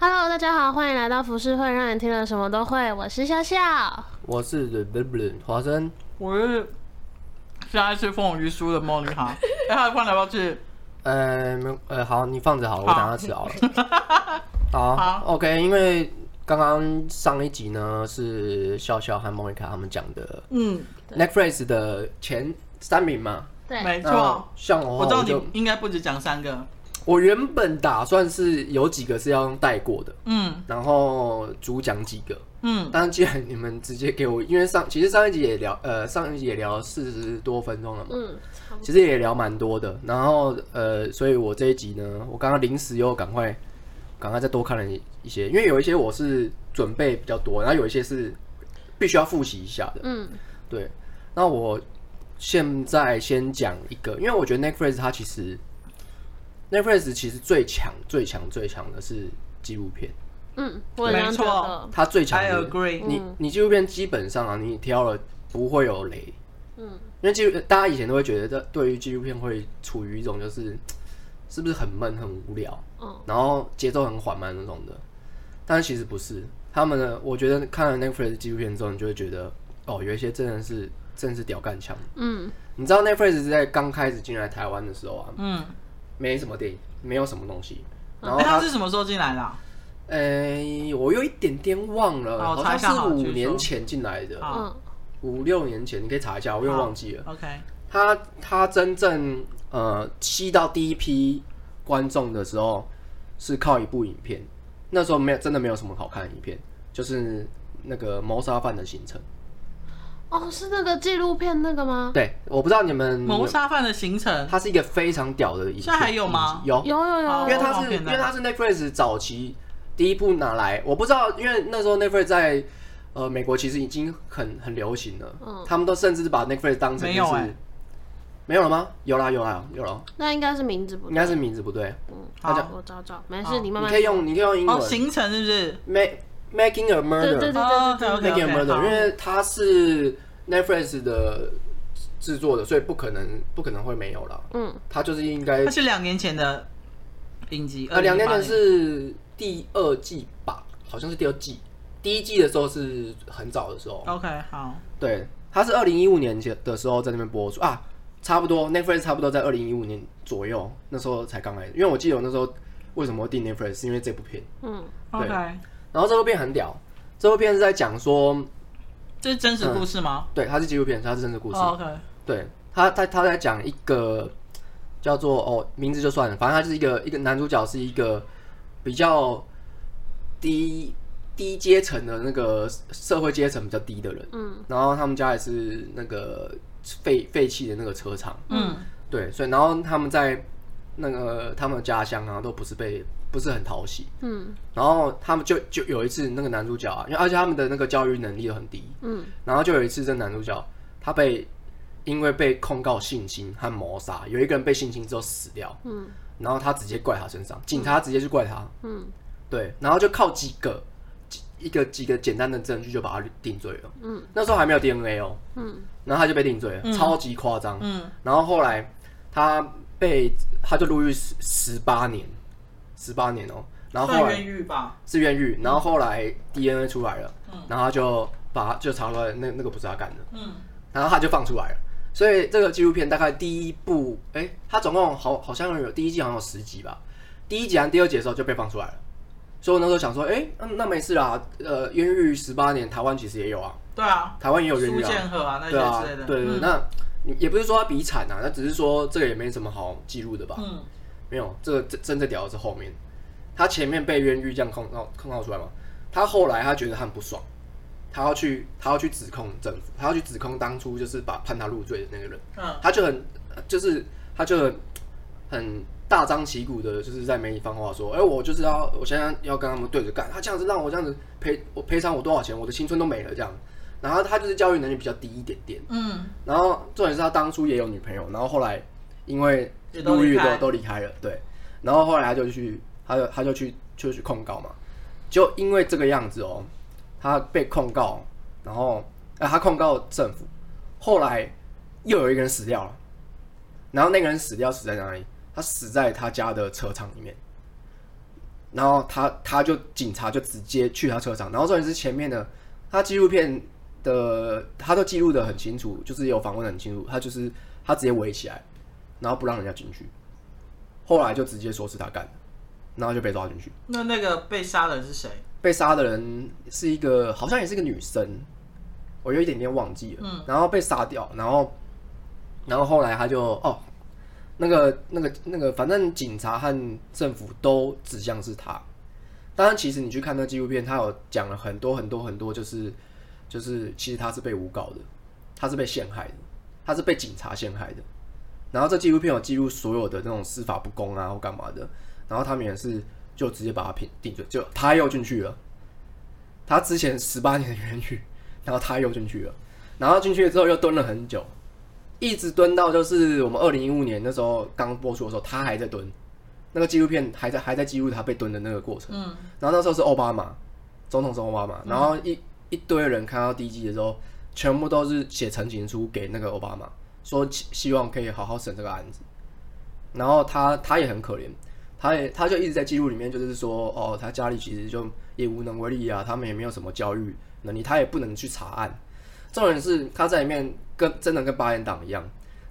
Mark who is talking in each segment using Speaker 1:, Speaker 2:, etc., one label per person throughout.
Speaker 1: Hello，大家好，欢迎来到服饰会，让你听了什么都会。我是笑笑，
Speaker 2: 我是 The b l b l 华生，
Speaker 3: 我是下一次凤梨酥的梦 女孩。哎，他的饭要不要吃？
Speaker 2: 呃，没有呃，好，你放着好了，我等下吃好了。 好
Speaker 3: 好
Speaker 2: o k 因为刚刚上一集呢是笑笑和莫妮卡他们讲的
Speaker 3: 嗯，
Speaker 2: Netflix 的前三名嘛，
Speaker 1: 对，
Speaker 3: 没
Speaker 2: 那
Speaker 3: 错。
Speaker 2: 像我
Speaker 3: 我
Speaker 2: 的
Speaker 3: 知
Speaker 2: 话，
Speaker 3: 道
Speaker 2: 我就
Speaker 3: 你应该不止讲三个。
Speaker 2: 我原本打算是有几个是要用带过的，
Speaker 3: 嗯
Speaker 2: 然后主讲几个，
Speaker 3: 嗯，
Speaker 2: 但是既然你们直接给我，因为上其实上一集也聊，呃，上一集也聊四十多分钟了嘛，
Speaker 1: 嗯，差不多
Speaker 2: 其实也聊蛮多的。然后呃，所以我这一集呢，我刚刚临时又赶快赶快再多看了一一些，因为有一些我是准备比较多，然后有一些是必须要复习一下的。
Speaker 1: 嗯，
Speaker 2: 对，那我现在先讲一个，因为我觉得 Netflix 它其实 Netflix 其实最强、最强、最强的是纪录片，
Speaker 1: 嗯，我也这样觉得，
Speaker 2: 它最强
Speaker 3: I
Speaker 2: 的
Speaker 3: agree。
Speaker 2: 你
Speaker 1: 嗯
Speaker 2: 你纪录片基本上啊，你挑了不会有雷，
Speaker 1: 嗯，
Speaker 2: 因为纪录大家以前都会觉得这对于纪录片会处于一种就是是不是很闷很无聊，
Speaker 1: 嗯，
Speaker 2: 然后节奏很缓慢那种的，但是其实不是，他们呢，我觉得看了 Netflix 纪录片之后，你就会觉得哦，有一些真的是真的是屌干强。
Speaker 1: 嗯，
Speaker 2: 你知道 Netflix 是在刚开始进来台湾的时候啊，
Speaker 3: 嗯，
Speaker 2: 没什么电影，没有什么东西，
Speaker 1: 嗯
Speaker 2: 然后
Speaker 3: 哎，他
Speaker 2: 它
Speaker 3: 是什么时候进来的啊？
Speaker 2: 哎、我有一点点忘了，
Speaker 3: 好我
Speaker 2: 好
Speaker 3: 查哦一下
Speaker 2: 像是
Speaker 3: 好了
Speaker 2: 五
Speaker 3: 继续
Speaker 2: 年
Speaker 3: 说
Speaker 2: 前进来的，
Speaker 3: 好
Speaker 1: 嗯，
Speaker 2: 五六年前，你可以查一下，我有点
Speaker 3: 好
Speaker 2: 忘记了。
Speaker 3: 啊 OK，
Speaker 2: 他他真正呃吸到第一批观众的时候，是靠一部影片，那时候没有真的没有什么好看的影片，就是那个谋杀犯的行程。
Speaker 1: 哦，是那个纪录片那个吗？
Speaker 2: 对，我不知道你们
Speaker 3: 谋，杀犯的行程。
Speaker 2: 它是一个非常屌的影片，
Speaker 3: 现在还有吗
Speaker 2: 有，
Speaker 1: 有有
Speaker 2: 因
Speaker 1: 有，
Speaker 3: 哦好
Speaker 2: 为它是
Speaker 3: 好
Speaker 2: 因
Speaker 3: 片
Speaker 2: 为
Speaker 3: 段
Speaker 2: 它是 Netflix 早期第一部拿来，我不知道，因为那时候 Netflix 在呃美国其实已经很很流行了，
Speaker 1: 嗯
Speaker 2: 他们都甚至把 Netflix 当成
Speaker 3: 没
Speaker 2: 就
Speaker 3: 有
Speaker 2: 是
Speaker 3: 欸
Speaker 2: 没有了吗？有啦有啦有了，
Speaker 1: 那应该是名字不
Speaker 2: 应
Speaker 1: 对，
Speaker 2: 该是名字不对，
Speaker 1: 嗯，
Speaker 2: 他叫
Speaker 1: 我找找，没
Speaker 3: 好
Speaker 1: 事，你慢
Speaker 2: 你
Speaker 1: 慢
Speaker 2: 可以用你可以用英文、
Speaker 3: 哦，行程是不是？
Speaker 2: make making a
Speaker 1: 对对
Speaker 2: murder
Speaker 1: 对对
Speaker 3: 哦
Speaker 1: 对对，
Speaker 3: ，OK，OK，
Speaker 2: making a murder，
Speaker 3: 好
Speaker 2: 因为它是 Netflix 的制作的，所以不可能不可能会没有了，
Speaker 1: 嗯，
Speaker 2: 它就是应该
Speaker 3: 它是两年前的影集，
Speaker 2: 呃，两年前
Speaker 3: 2018
Speaker 2: 是第二季吧，好像是第二季。第一季的时候是很早的时候，
Speaker 3: OK，好，
Speaker 2: 对，它是二零一五年前的时候在那边播出啊，差不多 Netflix 差不多在二零一五年左右，那时候才刚来，因为我记得我那时候为什么会订 Netflix 是因为这部片，
Speaker 1: 嗯，
Speaker 2: 对
Speaker 3: OK，
Speaker 2: 然后这部片很屌，这部片是在讲说，
Speaker 3: 这是真实故事吗？
Speaker 2: 对，它是纪录片，它是真嗯实故事，
Speaker 3: 哦 OK，
Speaker 2: 对，他他他在讲一个叫做哦名字就算了，反正他就是一个一个男主角是一个比较低低阶层的那个社会阶层比较低的人，
Speaker 1: 嗯，
Speaker 2: 然后他们家也是那个废废弃的那个车厂，
Speaker 3: 嗯
Speaker 2: 对，所以然后他们在那个他们的家乡啊都不是被不是很讨喜，
Speaker 1: 嗯，
Speaker 2: 然后他们就就有一次那个男主角啊，因为而且他们的那个教育能力都很低，
Speaker 1: 嗯，
Speaker 2: 然后就有一次，这男主角他被因为被控告性侵和谋杀，有一个人被性侵之后死掉，
Speaker 1: 嗯，
Speaker 2: 然后他直接怪他身上，警察直接去怪他，
Speaker 1: 嗯，
Speaker 2: 对，然后就靠几个几一个几个简单的证据就把他定罪了，
Speaker 1: 嗯，
Speaker 2: 那时候还没有 DNA 哦，
Speaker 1: 嗯，
Speaker 2: 然后他就被定罪了，超级夸张，
Speaker 3: 嗯，
Speaker 2: 然后后来他被他就入狱十十八年，十八年哦，然后后
Speaker 3: 算
Speaker 2: 来
Speaker 3: 冤狱吧。
Speaker 2: 是越狱，然后后来 DNA 出来了，然后他就把他就查出来那那个不是他干的，
Speaker 3: 嗯，
Speaker 2: 然后他就放出来了。所以这个纪录片大概第一部，哎、他总共好好像有第一季好像有十集吧，第一集和第二集的时候就被放出来了。所以我那时候想说，哎、嗯，那没事啦，呃，冤狱十八年，台湾其实也有啊，
Speaker 3: 对啊，
Speaker 2: 台湾也有冤
Speaker 3: 苏
Speaker 2: 狱啊，
Speaker 3: 建和啊那
Speaker 2: 对
Speaker 3: 些
Speaker 2: 啊
Speaker 3: 之类，的。
Speaker 2: 对对，
Speaker 3: 嗯
Speaker 2: 那也不是说他比惨啊，那只是说这个也没什么好记录的吧。
Speaker 3: 嗯
Speaker 2: 没有，这个真真的屌的是后面，他前面被冤狱这样控告控告出来嘛，他后来他觉得他很不爽，他要去他要去指控政府，他要去指控当初就是把判他入罪的那个人，
Speaker 3: 嗯
Speaker 2: 他就很就是他就很很大张旗鼓的，就是在媒体放话说，哎、我就是要我现在要跟他们对着干，他这样子让我这样子赔我赔偿我多少钱，我的青春都没了这样，然后他就是教育能力比较低一点点。
Speaker 3: 嗯，
Speaker 2: 然后重点是他当初也有女朋友，然后后来因为
Speaker 3: 也都
Speaker 2: 入狱
Speaker 3: 离
Speaker 2: 都
Speaker 3: 开
Speaker 2: 都离开了，对。然后后来他就去，他就他就去就去控告嘛，就因为这个样子哦，他被控告，然后、呃、他控告政府，后来又有一个人死掉了，然后那个人死掉死在哪里？他死在他家的车厂里面。然后他他就警察就直接去他车上，然后重点是前面的他纪录片的他都记录的很清楚，就是有访问得很清楚，他就是他直接围起来，然后不让人家进去，后来就直接说是他干的，然后就被抓进去。
Speaker 3: 那那个被杀的人是谁？
Speaker 2: 被杀的人是一个，好像也是个女生，我有一点点忘记了。
Speaker 3: 嗯
Speaker 2: 然后被杀掉，然后，然后后来他就哦，那个那个那个，反正警察和政府都指向是他。当然，其实你去看那纪录片，他有讲了很多很多很多，就是就是，其实他是被诬告的，他是被陷害的，他是被警察陷害的。然后这纪录片有记录所有的那种司法不公啊或干嘛的，然后他们也是就直接把他评定罪，就他又进去了，他之前十八年的冤狱，然后他又进去了，然后进去之后又蹲了很久，一直蹲到就是我们二零一五年那时候刚播出的时候，他还在蹲，那个纪录片还在还在记录他被蹲的那个过程，
Speaker 3: 嗯，
Speaker 2: 然后那时候是奥巴马，总统是奥巴马，然后一、一堆人看到第一季的时候，全部都是写陈情书给那个奥巴马，说希希望可以好好审这个案子。然后他他也很可怜，他也他就一直在记录里面，就是说哦，他家里其实就也无能为力啊，他们也没有什么教育能力，他也不能去查案。重点是他在里面跟真的跟八人党一样，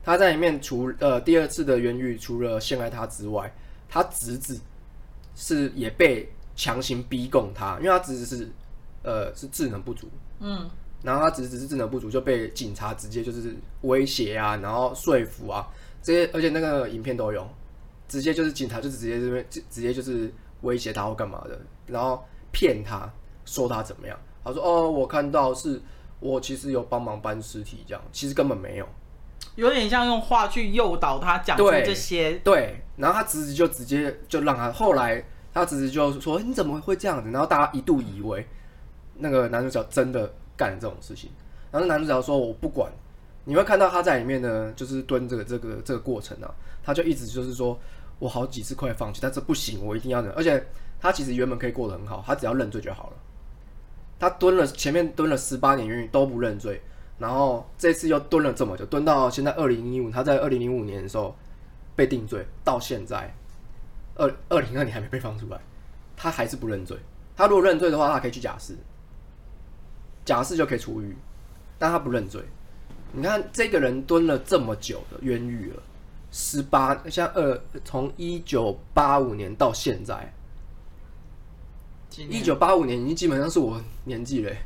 Speaker 2: 他在里面除呃第二次的冤狱，除了陷害他之外，他侄子是也被强行逼供他，因为他侄子是呃是智能不足，
Speaker 3: 嗯，
Speaker 2: 然后他侄子是智能不足就被警察直接就是威胁啊，然后说服啊这些，而且那个影片都有，直接就是警察就直接这边直直接就是威胁他或干嘛的，然后骗他说他怎么样，他说哦我看到是我其实有帮忙搬尸体这样，其实根本没有。
Speaker 3: 有点像用话去诱导他讲出
Speaker 2: 对
Speaker 3: 这些。
Speaker 2: 对，然后他侄子就直接就让他，后来他侄子就说哦你怎么会这样子？然后大家一度以为那个男主角真的干了这种事情，然后那男主角说我不管。你会看到他在里面呢，就是蹲这个这个这个过程啊，他就一直就是说我好几次快放弃，但是不行，我一定要忍。而且他其实原本可以过得很好，他只要认罪就好了。他蹲了前面蹲了十八年冤狱都不认罪，然后这次又蹲了这么久，蹲到现在二零一五，他在二零零五年的时候被定罪，到现在二二零二年还没被放出来，他还是不认罪。他如果认罪的话，他可以去假释，假释就可以出狱，但他不认罪。你看这个人蹲了这么久的冤狱了，十八像二从一九八五年到现在，
Speaker 3: 今
Speaker 2: 一
Speaker 3: 年
Speaker 2: 九八五年已经基本上是我年纪了欸。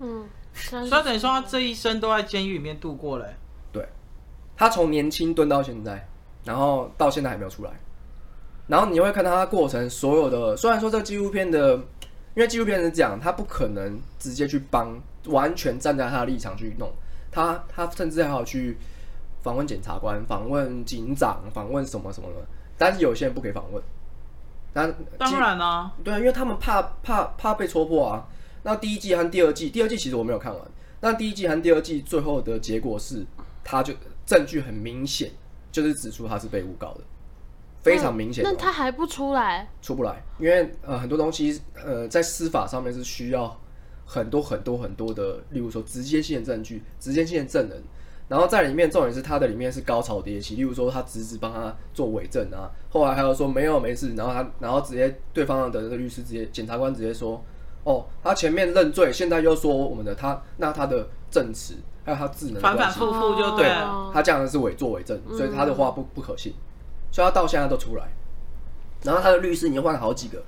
Speaker 1: 嗯，
Speaker 3: 所
Speaker 1: 真
Speaker 3: 以他等于说他这一生都在监狱里面度过了、欸
Speaker 2: 对，他从年轻蹲到现在，然后到现在还没有出来。然后你会看到他过程所有的，虽然说这个纪录片的，因为纪录片是讲他不可能直接去帮，完全站在他的立场去弄，他他甚至还好去访问检察官、访问警长、访问什么什么的，但是有些人不可以访问。但
Speaker 3: 当然啦、
Speaker 2: 对啊，因为他们怕怕怕被戳破啊。那第一季和第二季，第二季其实我没有看完。那第一季和第二季最后的结果是，他就证据很明显，就是指出他是被诬告的，非常明显、
Speaker 1: 嗯
Speaker 2: 哦
Speaker 1: 那他还不出来？
Speaker 2: 出不来，因为呃很多东西呃在司法上面是需要很多很多很多的，例如说直接性的证据、直接性的证人，然后在里面重点是他的里面是高潮迭起，例如说他侄子帮他做伪证啊，后来还有说没有没事，然后他然后直接对方的那个律师直接检察官直接说，哦他前面认罪，现在又说我们的他那他的证词还有他智能的
Speaker 3: 反
Speaker 2: 关
Speaker 3: 反
Speaker 2: 系
Speaker 3: 复复就对了。
Speaker 1: 哦
Speaker 2: 他讲的是伪作伪证，所以他的话不不可信，所以他到现在都出来。然后他的律师已经换了好几个，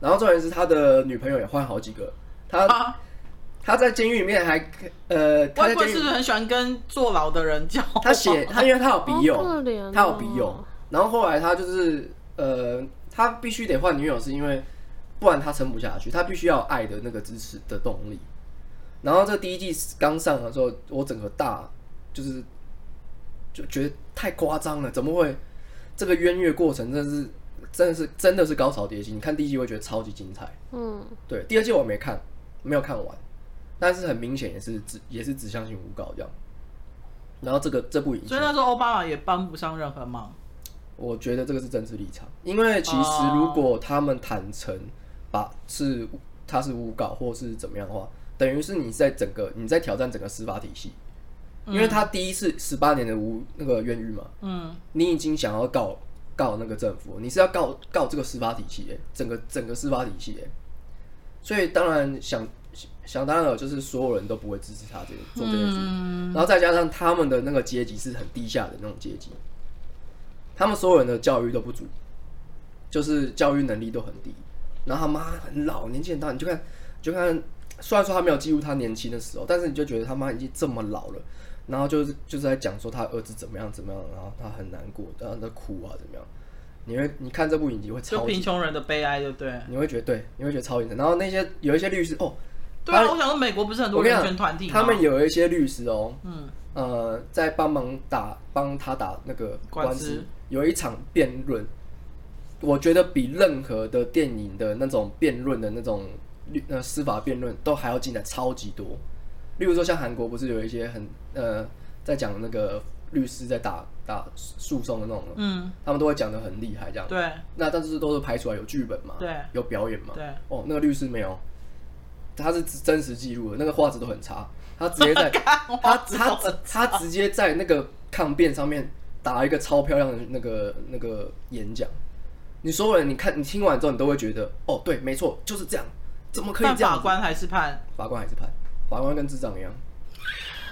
Speaker 2: 然后重点是他的女朋友也换好几个。他、
Speaker 3: 啊，
Speaker 2: 他在监狱里面还呃，他
Speaker 3: 外
Speaker 2: 在
Speaker 3: 国
Speaker 2: 监
Speaker 3: 是不
Speaker 2: 狱
Speaker 3: 哦是很喜欢跟坐牢的人交往？
Speaker 2: 他写他因为他有笔
Speaker 1: 好可
Speaker 2: 友，
Speaker 1: 怜哦
Speaker 2: 他有笔友，然后后来他就是呃，他必须得换女友，是因为不然他撑不下去，他必须要有爱的那个支持的动力。然后这第一季刚上的时候，我整个大就是就觉得太夸张了，怎么会这个冤狱过程真的是真的是真的是高潮迭起？你看第一季会觉得超级精彩，
Speaker 1: 嗯，
Speaker 2: 对，第二季我没看，没有看完，但是很明显也是指也是指向性诬告这样。然后这个这部影
Speaker 3: 所
Speaker 2: 片，
Speaker 3: 以那时候奥巴马也帮不上任何忙。
Speaker 2: 我觉得这个是政治立场，因为其实
Speaker 3: 哦
Speaker 2: 如果他们坦诚把是他是诬告或是怎么样的话，等于是你在整个你在挑战整个司法体系，因为他第一次十八年的无那个冤狱嘛，
Speaker 3: 嗯，
Speaker 2: 你已经想要告告那个政府，你是要告告这个司法体系、欸，整个整个司法体系、欸。所以当然想想当然了，就是所有人都不会支持他这个做这件事情。
Speaker 3: 嗯，
Speaker 2: 然后再加上他们的那个阶级是很低下的那种阶级，他们所有人的教育都不足，就是教育能力都很低。然后他妈很老，年纪很大，你就看，你就看，虽然说他没有记录他年轻的时候，但是你就觉得他妈已经这么老了，然后就是就是在讲说他儿子怎么样怎么样，然后他很难过，然后他哭啊怎么样。你会你看这部影集会
Speaker 3: 就
Speaker 2: 超
Speaker 3: 贫
Speaker 2: 级，
Speaker 3: 穷人的悲哀，对不对？
Speaker 2: 你会觉得对，你会觉得超级。然后那些有一些律师哦，
Speaker 3: 对啊，
Speaker 2: 他
Speaker 3: 我想说美国不是很
Speaker 2: 我
Speaker 3: 多
Speaker 2: 跟
Speaker 3: 人权
Speaker 2: 你
Speaker 3: 团
Speaker 2: 讲，
Speaker 3: 体吗？
Speaker 2: 他们有一些律师哦，
Speaker 3: 嗯，
Speaker 2: 呃，在帮忙打帮他打那个官司，
Speaker 3: 官司
Speaker 2: 有一场辩论，我觉得比任何的电影的那种辩论的那种律呃司法辩论都还要精彩超级多。例如说，像韩国不是有一些很呃在讲那个律师在打打诉讼的那种，
Speaker 3: 嗯，
Speaker 2: 他们都会讲的很厉害这样。
Speaker 3: 对
Speaker 2: 那但是都是拍出来有剧本嘛，
Speaker 3: 对
Speaker 2: 有表演嘛，
Speaker 3: 对，
Speaker 2: 哦，那个律师没有，他是真实记录的，那个画质都很差，他直接 在他他他直接在那个抗辩上面打一个超漂亮的那个那个演讲。你所有人，你看你听完之后，你都会觉得，哦，对，没错，就是这样，怎么可以
Speaker 3: 但
Speaker 2: 这样
Speaker 3: 法
Speaker 2: 子？
Speaker 3: 官还是判
Speaker 2: 法官还是判，法官跟智障一样，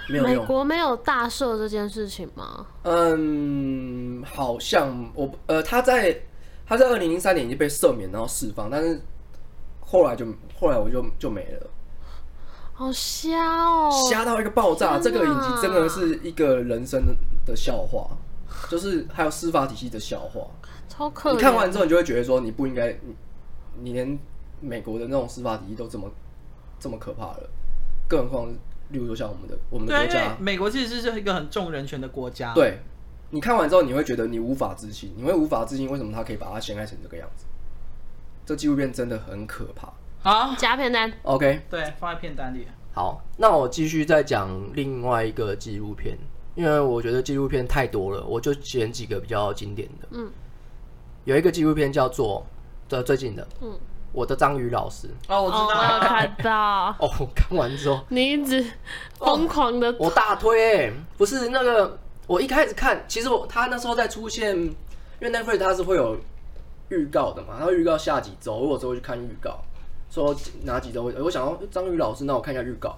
Speaker 2: 没有
Speaker 1: 美
Speaker 2: 用。
Speaker 1: 国没有大赦这件事情吗？
Speaker 2: 嗯，好像我不呃，他在他在二零零三年已经被赦免，然后释放，但是后来就后来我就就没了。
Speaker 1: 好瞎哦！
Speaker 2: 瞎到一个爆炸！这
Speaker 1: 天哪
Speaker 2: 个影集真的是一个人生的的笑话，就是还有司法体系的笑话。
Speaker 1: 超可怜。
Speaker 2: 你看完之后，你就会觉得说你不应该，你你连美国的那种司法体系都这么这么可怕了，更何况例如说像我们的我们的
Speaker 3: 对，
Speaker 2: 国
Speaker 3: 因为
Speaker 2: 家，
Speaker 3: 美国其实是一个很重人权的国家。，
Speaker 2: 对。你看完之后，你会觉得你无法置信，你会无法置信为什么他可以把它陷害成这个样子。这纪录片真的很可怕。
Speaker 3: 啊，
Speaker 1: 夹片单，
Speaker 2: OK，
Speaker 3: 对，放在片单里。
Speaker 2: 好，那我继续再讲另外一个纪录片，因为我觉得纪录片太多了，我就选几个比较经典的。
Speaker 1: 嗯，
Speaker 2: 有一个纪录片叫做这最近的，
Speaker 1: 嗯，
Speaker 2: 我的章鱼老师。，
Speaker 3: 哦，我
Speaker 1: 我
Speaker 3: 知道
Speaker 1: 有
Speaker 3: 了。
Speaker 1: 看到
Speaker 2: 哦，我看完之后
Speaker 1: 你一直疯狂的
Speaker 2: 我大推、欸，不是那个，我一开始看，其实我他那时候在出现，因为 Netflix 它是会有预告的嘛，它会预告下几周，我有时候会去看预告，说哪几周会，我想要章鱼老师，那我看一下预告，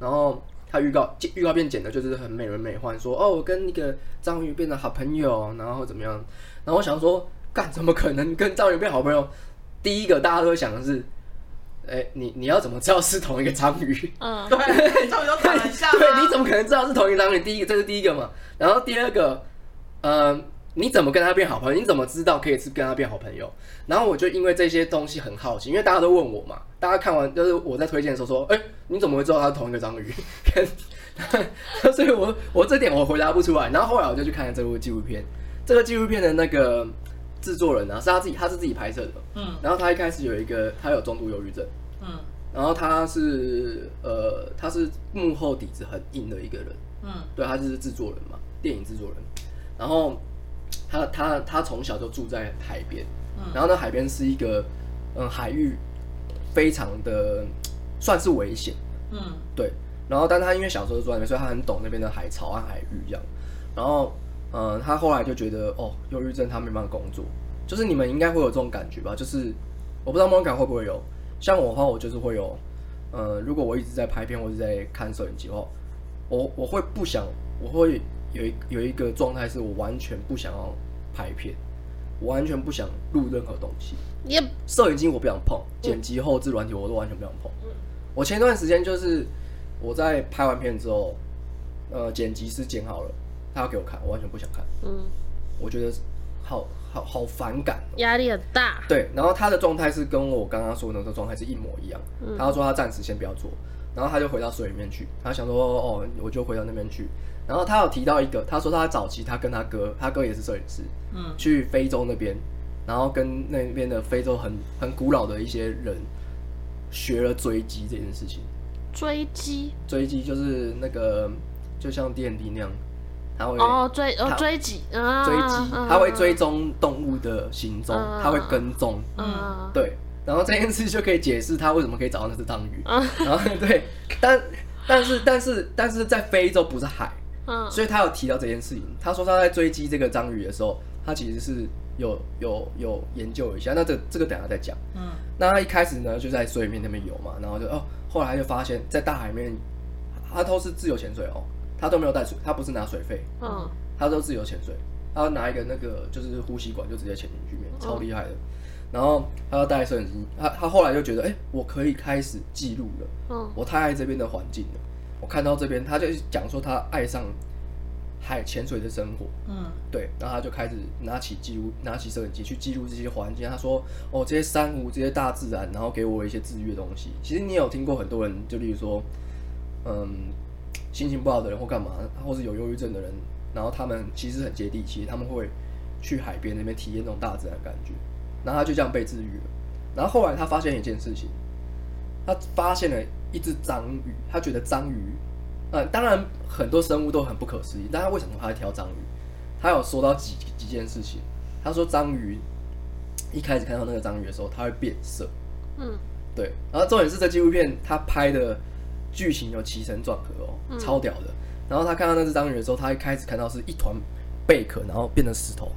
Speaker 2: 然后他预告预告片剪的就是很美轮美奂，说哦，我跟那个章鱼变成好朋友，然后怎么样，然后我想说，干怎么可能跟章鱼变好朋友？第一个大家都会想的是，哎、你你要怎么知道是同一个章鱼？
Speaker 1: 嗯，
Speaker 3: 对，终于都躺一下 啦。
Speaker 2: 对，你怎么可能知道是同一张脸？第一个，这是第一个嘛。然后第二个，呃，你怎么跟他变好朋友？你怎么知道可以是跟他变好朋友？然后我就因为这些东西很好奇，因为大家都问我嘛，大家看完就是我在推荐的时候说，哎、你怎么会知道他是同一个章鱼？ 跟所以我我这点我回答不出来。然后后来我就去看了这部纪录片，这个纪录片的那个制作人啊，是他自己，他是自己拍摄的。
Speaker 3: 嗯
Speaker 2: 然后他一开始有一个，他有中度忧郁症。
Speaker 3: 嗯
Speaker 2: 然后他是呃，他是幕后底子很硬的一个人，
Speaker 3: 嗯
Speaker 2: 对，他就是制作人嘛，电影制作人。然后他他他从小就住在海边，
Speaker 3: 嗯
Speaker 2: 然后那海边是一个嗯海域非常的嗯算是危险，
Speaker 3: 嗯
Speaker 2: 对。然后，但他因为小时候就住在那边，所以他很懂那边的海潮啊、海域这样。然后，嗯，他后来就觉得，哦，忧郁症他没办法工作，就是你们应该会有这种感觉吧？就是我不知道梦感会不会有，像我的话，我就是会有，呃，如果我一直在拍片或者在看摄影机的话，我我会不想，我会有一有一个状态是我完全不想要拍片，我完全不想录任何东西。
Speaker 1: 也
Speaker 2: 摄影机我不想碰，剪辑后置软体我都完全不想碰。我前段时间就是我在拍完片之后，呃，剪辑师剪好了，他要给我看，我完全不想看，
Speaker 1: 嗯
Speaker 2: 我觉得好好好反感哦、
Speaker 1: 压力很大，
Speaker 2: 对，然后他的状态是跟我刚刚说的那个状态是一模一样，
Speaker 1: 嗯
Speaker 2: 他说他暂时先不要做，然后他就回到水里面去，他想说哦，我就回到那边去。然后他有提到一个，他说他早期他跟他哥，他哥也是摄影师，
Speaker 3: 嗯
Speaker 2: 去非洲那边，然后跟那边的非洲很很古老的一些人学了追击这件事情。
Speaker 1: 追击
Speaker 2: 追击就是那个就像 D N D 那样，他会
Speaker 1: 哦追哦
Speaker 2: 他
Speaker 1: 追击啊，
Speaker 2: 追击，
Speaker 1: 嗯
Speaker 2: 他会追，踪动物的行踪
Speaker 1: 嗯，
Speaker 2: 他会跟踪，
Speaker 1: 嗯
Speaker 2: 对。然后这件事就可以解释他为什么可以找到那只章鱼。
Speaker 1: 嗯
Speaker 2: 然后对，但但是但是但是在非洲不是海，
Speaker 1: 嗯，
Speaker 2: 所以他有提到这件事情。他说他在追击这个章鱼的时候，他其实是有有有研究一下。那这这个等一下再讲。
Speaker 3: 嗯
Speaker 2: 那他一开始呢就在水里面那边游嘛，然后就哦，后来就发现，在大海里面，他都是自由潜水哦，他都没有带水，他不是拿水费，
Speaker 1: 嗯，
Speaker 2: 他都自由潜水，他拿一个那个就是呼吸管就直接潜进去里面，超厉害的。然后他要带摄影机，他他后来就觉得，哎、我可以开始记录了。
Speaker 1: 嗯，
Speaker 2: 我太爱这边的环境了。我看到这边，他就讲说他爱上海潜水的生活，
Speaker 3: 嗯
Speaker 2: 对，然后他就开始拿起记录，拿起摄影机去记录这些环境。他说：“哦，这些珊瑚，这些大自然，然后给我一些治愈的东西。”其实你有听过很多人，就例如说，嗯，心情不好的人或干嘛，或是有忧郁症的人，然后他们其实很接地气，他们会去海边那边体验那种大自然的感觉，然后他就这样被治愈了。然后后来他发现一件事情，他发现了一只章鱼，他觉得章鱼，呃，当然很多生物都很不可思议，但他为什么他会挑章鱼？他有说到几几件事情，他说章鱼一开始看到那个章鱼的时候，它会变色，
Speaker 1: 嗯，
Speaker 2: 对，然后重点是这纪录片他拍的剧情有起承转合哦，
Speaker 1: 嗯
Speaker 2: 超屌的。然后他看到那只章鱼的时候，他一开始看到是一团贝壳，然后变成石头，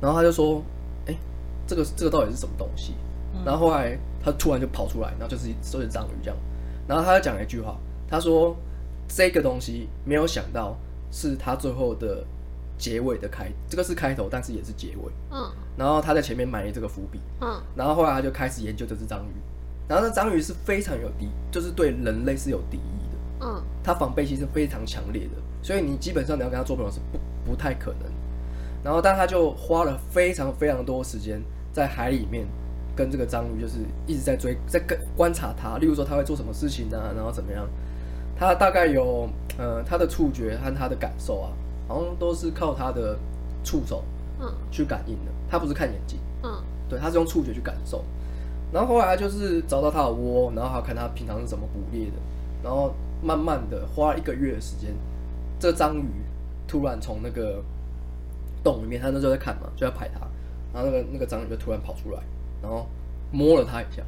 Speaker 2: 然后他就说：“哎、这个这个到底是什么东西？”
Speaker 3: 嗯
Speaker 2: 然后后来他突然就跑出来，然后就是就是章鱼这样。然后他就讲了一句话，他说：“这个东西没有想到是他最后的结尾的开，这个是开头，但是也是结尾。
Speaker 1: 嗯，
Speaker 2: 然后他在前面埋了这个伏笔。”
Speaker 1: 嗯，
Speaker 2: 然后后来他就开始研究这只章鱼，然后那章鱼是非常有敌，就是对人类是有敌意的，
Speaker 1: 嗯，
Speaker 2: 它防备心是非常强烈的，所以你基本上你要跟它做朋友是不不太可能。然后但他就花了非常非常多时间在海里面跟这个章鱼就是一直在追，在跟观察它，例如说它会做什么事情啊，然后怎么样。他大概有呃他的触觉和他的感受啊，好像都是靠他的触手
Speaker 1: 嗯，
Speaker 2: 去感应的，他不是看眼睛。
Speaker 1: 嗯，
Speaker 2: 对，他是用触觉去感受。然后后来他就是找到他的窝，然后还有看他平常是怎么捕猎的，然后慢慢的花了一个月的时间，这章鱼突然从那个洞里面，他那时候在看嘛，就在拍它，然后那个那个章鱼就突然跑出来，然后摸了它一下，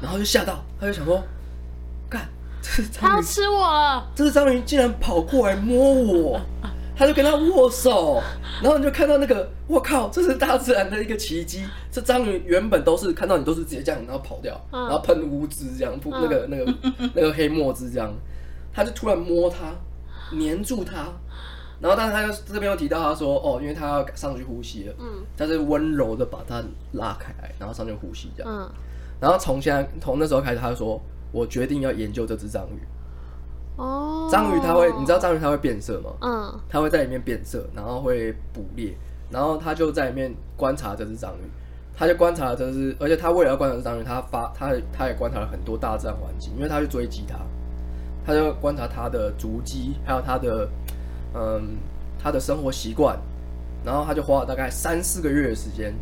Speaker 2: 然后就吓到，他就想说，干， 这是
Speaker 1: 他
Speaker 2: 章
Speaker 1: 要
Speaker 2: 鱼
Speaker 1: 吃我了，
Speaker 2: 这只章鱼竟然跑过来摸我，他就跟他握手，然后你就看到那个，我靠，这是大自然的一个奇迹。这章鱼原本都是看到你都是直接这样，然后跑掉，
Speaker 1: 嗯
Speaker 2: 然后喷污汁这样，喷
Speaker 1: 嗯
Speaker 2: 那个那个 那个黑墨汁这样，他就突然摸它，黏住它，然后但是他又这边又提到他说，哦，因为他要上去呼吸了，
Speaker 1: 嗯，
Speaker 2: 他是温柔的把它拉开来，然后上去呼吸这样。
Speaker 1: 嗯，
Speaker 2: 然后从现在从那时候开始，他就说，我决定要研究这只章鱼。
Speaker 1: 哦，
Speaker 2: 章鱼它会，你知道，章鱼它会变色吗？
Speaker 1: 嗯，
Speaker 2: 它会在里面变色，然后会捕猎，然后它就在里面观察这只章鱼，它就观察了这只，而且它为了要观察这只章鱼，它发它它也观察了很多大自然环境，因为它去追击它，它就观察它的足迹，还有它的嗯它的生活习惯，然后它就花了大概三四个月的时间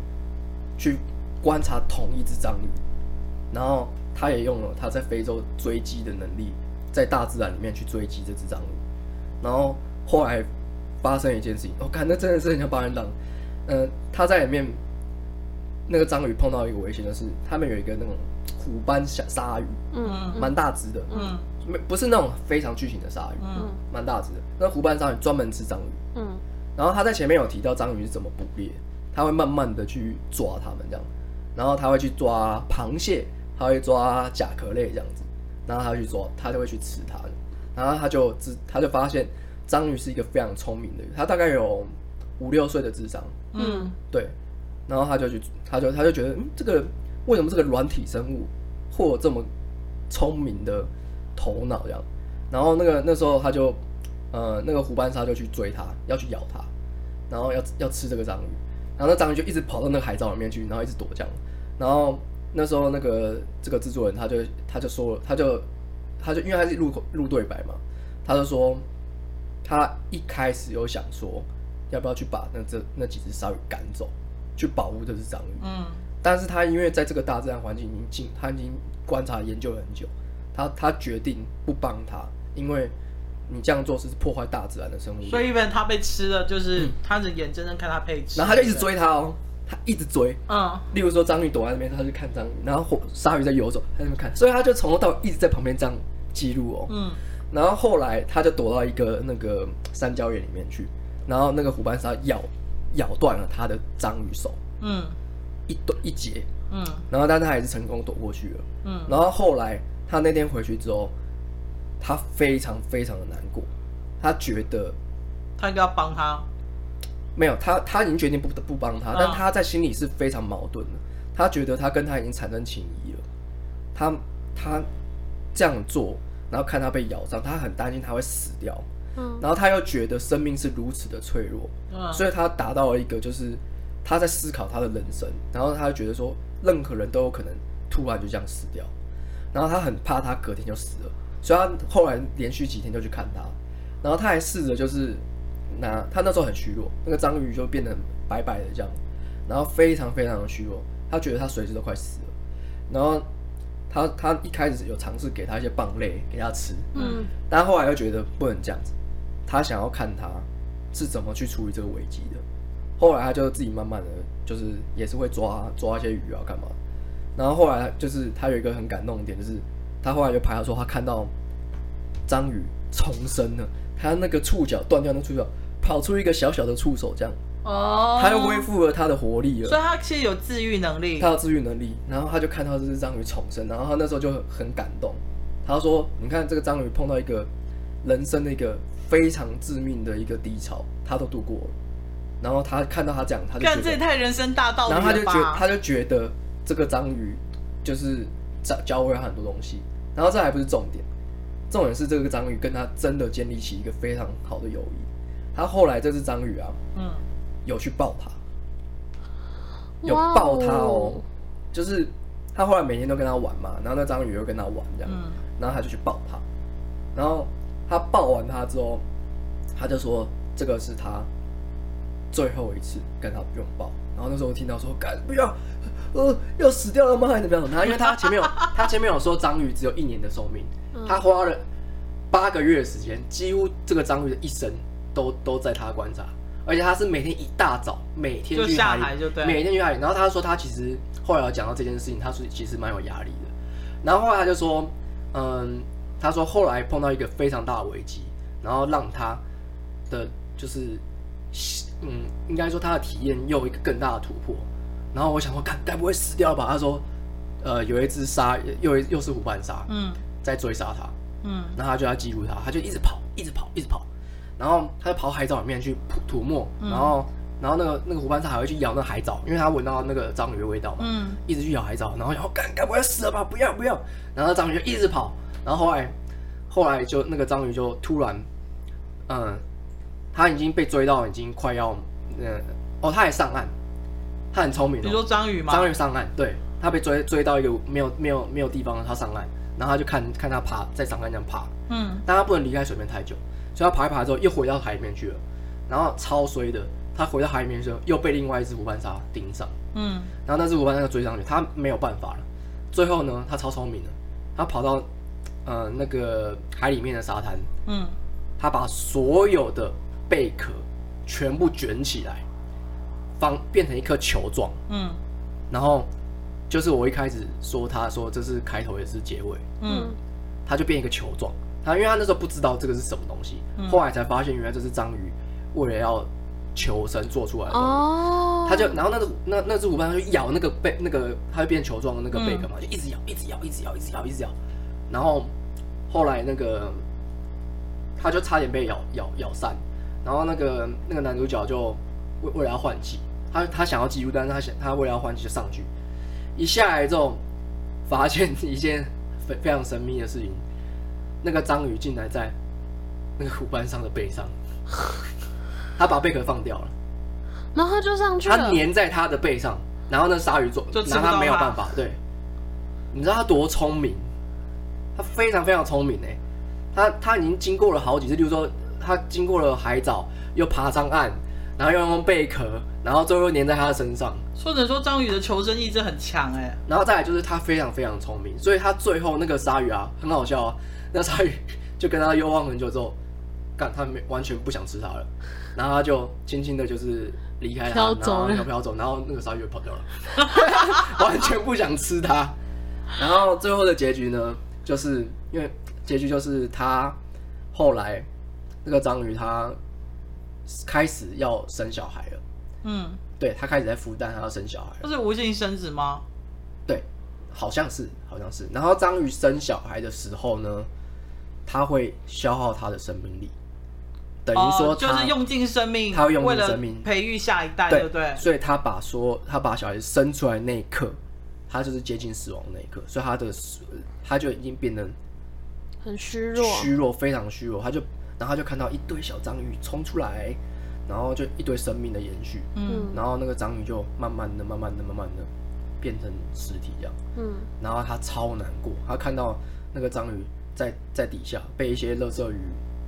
Speaker 2: 去观察同一只章鱼，然后它也用了它在非洲追击的能力，在大自然里面去追击这只章鱼。然后后来发生一件事情，我、看那真的是很像八人档。嗯、他在里面那个章鱼碰到一个危险，就是他们有一个那种虎斑小鲨鱼，
Speaker 1: 嗯，
Speaker 3: 嗯
Speaker 2: 蛮大只的，
Speaker 3: 嗯
Speaker 2: 没不是那种非常巨型的鲨鱼，
Speaker 3: 嗯
Speaker 1: 嗯，
Speaker 2: 蛮大只的。那虎斑鲨鱼专门吃章鱼，
Speaker 1: 嗯，
Speaker 2: 然后他在前面有提到章鱼是怎么捕猎，他会慢慢的去抓它们这样，然后他会去抓螃蟹，他会抓甲壳类这样子，然后他去抓，他就会去吃它的，然后他就知他就发现章鱼是一个非常聪明的，它大概有五六岁的智商，
Speaker 3: 嗯
Speaker 2: 对，然后他就去，他就他就觉得，嗯，这个为什么这个软体生物会有这么聪明的头脑这样？然后那个那时候他就，呃，那个虎斑鲨就去追它，要去咬它，然后要要吃这个章鱼，然后那章鱼就一直跑到那个海藻里面去，然后一直躲这样。然后那时候那个这个制作人他就他就说了，他就他就因为他是录录对白嘛，他就说他一开始有想说要不要去把那这那几只鲨鱼赶走，去保护这只章鱼。
Speaker 3: 嗯
Speaker 2: 但是他因为在这个大自然环境已经进，他已经观察研究了很久，他他决定不帮他，因为你这样做是破坏大自然的生物。
Speaker 3: 所以 even 他被吃了，就是他只眼睁睁看他被吃，
Speaker 2: 嗯然后他就一直，追他哦，他一直追。
Speaker 3: 嗯
Speaker 2: 例如说章鱼躲在那边，他就看章鱼，然后火鲨鱼在游走，他在那边看，所以他就从头到尾一直在旁边这样记录哦。
Speaker 3: 嗯
Speaker 2: 然后后来他就躲到一个那个山椒岩里面去，然后那个虎斑鲨咬咬断了他的章鱼手，
Speaker 3: 嗯
Speaker 2: 一断一截，
Speaker 3: 嗯
Speaker 2: 然后但他还是成功躲过去了。
Speaker 3: 嗯，
Speaker 2: 然后后来他那天回去之后，他非常非常的难过，他觉得
Speaker 3: 他应该要帮他，
Speaker 2: 没有他，他已经决定不不帮他，
Speaker 3: 嗯
Speaker 2: 但他在心里是非常矛盾的。他觉得他跟他已经产生情谊了，他他这样做，然后看他被咬伤，他很担心他会死掉，
Speaker 1: 嗯
Speaker 2: 然后他又觉得生命是如此的脆弱，
Speaker 3: 嗯，
Speaker 2: 所以他达到了一个就是他在思考他的人生，然后他就觉得说，任何人都有可能突然就这样死掉，然后他很怕他隔天就死了，所以他后来连续几天就去看他，然后他还试着就是拿他那时候很虚弱，那个章鱼就变得很白白的这样，然后非常非常的虚弱，他觉得他随时都快死了，然后他他一开始有尝试给他一些蚌类给他吃，
Speaker 1: 嗯
Speaker 2: 但后来又觉得不能这样子，他想要看他是怎么去处理这个危机的。后来他就自己慢慢的，就是也是会抓抓一些鱼啊，干嘛。然后后来就是他有一个很感动的点，就是他后来就拍到说他看到章鱼重生了，他那个触角断掉那触角跑出一个小小的触手，这样
Speaker 3: 哦，
Speaker 2: 他又恢，复了他的活力了
Speaker 3: 所。以他其实有治愈能力
Speaker 2: 他，有自愈能力，然后他就看到这只章鱼重生，然后他那时候就很感动。他说：“你看这个章鱼碰到一个人生的一个非常致命的一个低潮，他都度过了。然后他看到他这样，他就
Speaker 3: 干这
Speaker 2: 觉
Speaker 3: 也
Speaker 2: 得，
Speaker 3: 太人生大道理
Speaker 2: 然后他就
Speaker 3: 了
Speaker 2: 觉得
Speaker 3: 吧？
Speaker 2: 他就觉得这个章鱼就是教教会他很多东西。然后这还不是重点，重点是这个章鱼跟他真的建立起一个非常好的友谊。他后来这只章鱼啊，
Speaker 3: 嗯，
Speaker 2: 有去抱他，有
Speaker 1: 哇
Speaker 2: 抱他哦，就是他后来每天都跟他玩嘛，然后那章鱼又跟他玩这样，
Speaker 3: 嗯
Speaker 2: 然后他就去抱他，然后他抱完他之后，他就说这个是他最后一次跟他拥抱。然后那时候我听到说，干不要，呃，要死掉了吗？还是怎么样？然后因为他前 面有他前面有说章鱼只有一年的寿命，
Speaker 1: 嗯
Speaker 2: 他花了八个月的时间，几乎这个章鱼的一生都都在他观察，而且他是每天一大早每天
Speaker 3: 就
Speaker 2: 去
Speaker 3: 下
Speaker 2: 里
Speaker 3: 海就对了，
Speaker 2: 每天去那里。然后他说他其实后来有讲到这件事情，他是其实蛮有压力的。然后后来他就说，嗯，他说后来碰到一个非常大的危机，然后让他的就是，嗯，应该说他的体验又有一个更大的突破。然后我想说，该该不会死掉吧？他说，呃，有一只鲨，又一又是虎斑鲨
Speaker 3: 嗯
Speaker 2: 在追杀他，
Speaker 3: 嗯
Speaker 2: 然后他就要记录他，他就一直跑，一直跑，一直跑，然后他就跑海藻里面去吐吐沫，
Speaker 3: 嗯
Speaker 2: 然后然后那个那个湖畔鲨还会去咬那海藻，因为他闻到那个章鱼的味道嘛，
Speaker 3: 嗯，
Speaker 2: 一直去咬海藻，然后然后干干我要死了吧，不要不要，然后那章鱼就一直跑，然后后来后来就那个章鱼就突然，嗯，他已经被追到已经快要，嗯，哦，他也上岸，他很聪明、哦，
Speaker 3: 你说章鱼吗？
Speaker 2: 章鱼上岸，对他被追追到一个没有没有没有地方了，他上岸，然后他就看看他爬在上岸这样爬，
Speaker 3: 嗯，
Speaker 2: 但他不能离开水面太久，所以他爬一爬之后又回到海里面去了，然后超衰的，他回到海里面之后又被另外一只虎斑鲨盯上，
Speaker 3: 嗯
Speaker 2: 然后那只虎斑鲨就追上去，他没有办法了，最后呢，他超聪明的，他跑到呃那个海里面的沙滩，
Speaker 3: 嗯，
Speaker 2: 他把所有的贝壳全部卷起来，方变成一颗球状。
Speaker 3: 嗯
Speaker 2: 然后就是我一开始说，他说这是开头也是结尾，
Speaker 3: 嗯
Speaker 2: 他就变一个球状。他因为他那时候不知道这个是什么东西，
Speaker 3: 嗯
Speaker 2: 后来才发现原来这是章鱼为了要求生做出来的东西。
Speaker 1: 哦，
Speaker 2: 他就然后那个那那只虎斑它就咬那个贝那个，它就变球状的那个贝壳嘛，就一直咬，一直咬，一直咬，一直咬，一直咬。然后后来那个他就差点被咬咬咬散，然后那个那个男主角就为为了要换气，他他想要记录，但是他想他为了要换气就上去，一下来之后发现一件非非常神秘的事情，那个章鱼竟然在那个虎斑上的背上，他把贝壳放掉了。
Speaker 1: 然后他就上去
Speaker 2: 它
Speaker 1: 了，
Speaker 2: 粘在它的背上，然后那鲨鱼做，
Speaker 3: 就吃不
Speaker 2: 拿它没有
Speaker 3: 到它
Speaker 2: 办法。对，你知道它多聪明？它非常非常聪明哎、它它已经经过了好几次，例如说它经过了海藻，又爬上岸，然后又用贝壳，然后最后又粘在它的身上，
Speaker 3: 或者说章鱼的求生意志很强哎、
Speaker 2: 然后再来就是它非常非常聪明，所以它最后那个鲨鱼啊，很好笑啊， 那鲨鱼就跟它幽望很久之后，干它没完全不想吃它了，然后它就轻轻的就是离开它，
Speaker 1: 飘
Speaker 2: 然
Speaker 1: 走
Speaker 2: 后
Speaker 1: 了
Speaker 2: 就飘走，然后那个鲨鱼就跑掉了， 完全不想吃它。然后最后的结局呢，就是因为结局就是它后来那个章鱼它开始要生小孩了，
Speaker 3: 嗯，
Speaker 2: 对她开始在孵蛋，她要生小孩了
Speaker 3: 这是无性生殖吗？
Speaker 2: 对，好像是，好像是。然后章鱼生小孩的时候呢，它会消耗它的生命力，等于说
Speaker 3: 哦就
Speaker 2: 它、
Speaker 3: 是用尽生命，
Speaker 2: 他会用尽
Speaker 3: 为了
Speaker 2: 生命
Speaker 3: 培育下一代，对
Speaker 2: 对
Speaker 3: 不对？
Speaker 2: 所以它把说它把小孩生出来那一刻，它就是接近死亡那一刻，所以它的死它就已经变得
Speaker 1: 很虚弱，
Speaker 2: 虚弱，非常虚弱。它就然后它就看到一堆小章鱼冲出来，然后就一堆生命的延续，
Speaker 3: 嗯
Speaker 1: 嗯
Speaker 2: 然后那个章鱼就慢慢的、慢慢的、慢慢的变成尸体这样。
Speaker 1: 嗯，
Speaker 2: 然后他超难过，他看到那个章鱼在在底下被一些垃圾鱼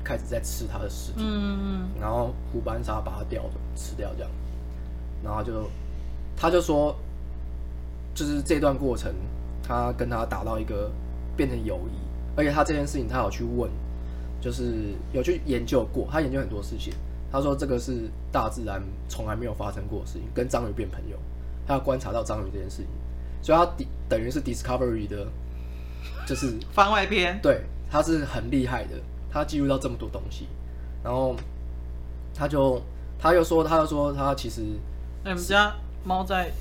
Speaker 2: 开始在吃他的尸体，
Speaker 3: 嗯
Speaker 2: 然后虎斑鲨把它叼吃掉这样，然后就他就说，就是这段过程，他跟他达到一个变成友谊，而且他这件事情他有去问，就是有去研究过，他研究很多事情，他说这个是大自然从来没有发生过的事情，跟章鱼变朋友，他要观察到章鱼这件事情，所以他底等于是 Discovery 的，就是
Speaker 3: 番外篇，
Speaker 2: 对，他是很厉害的，他记录到这么多东西，然后他就他又说，他又说他其实
Speaker 3: 哎我们家猫在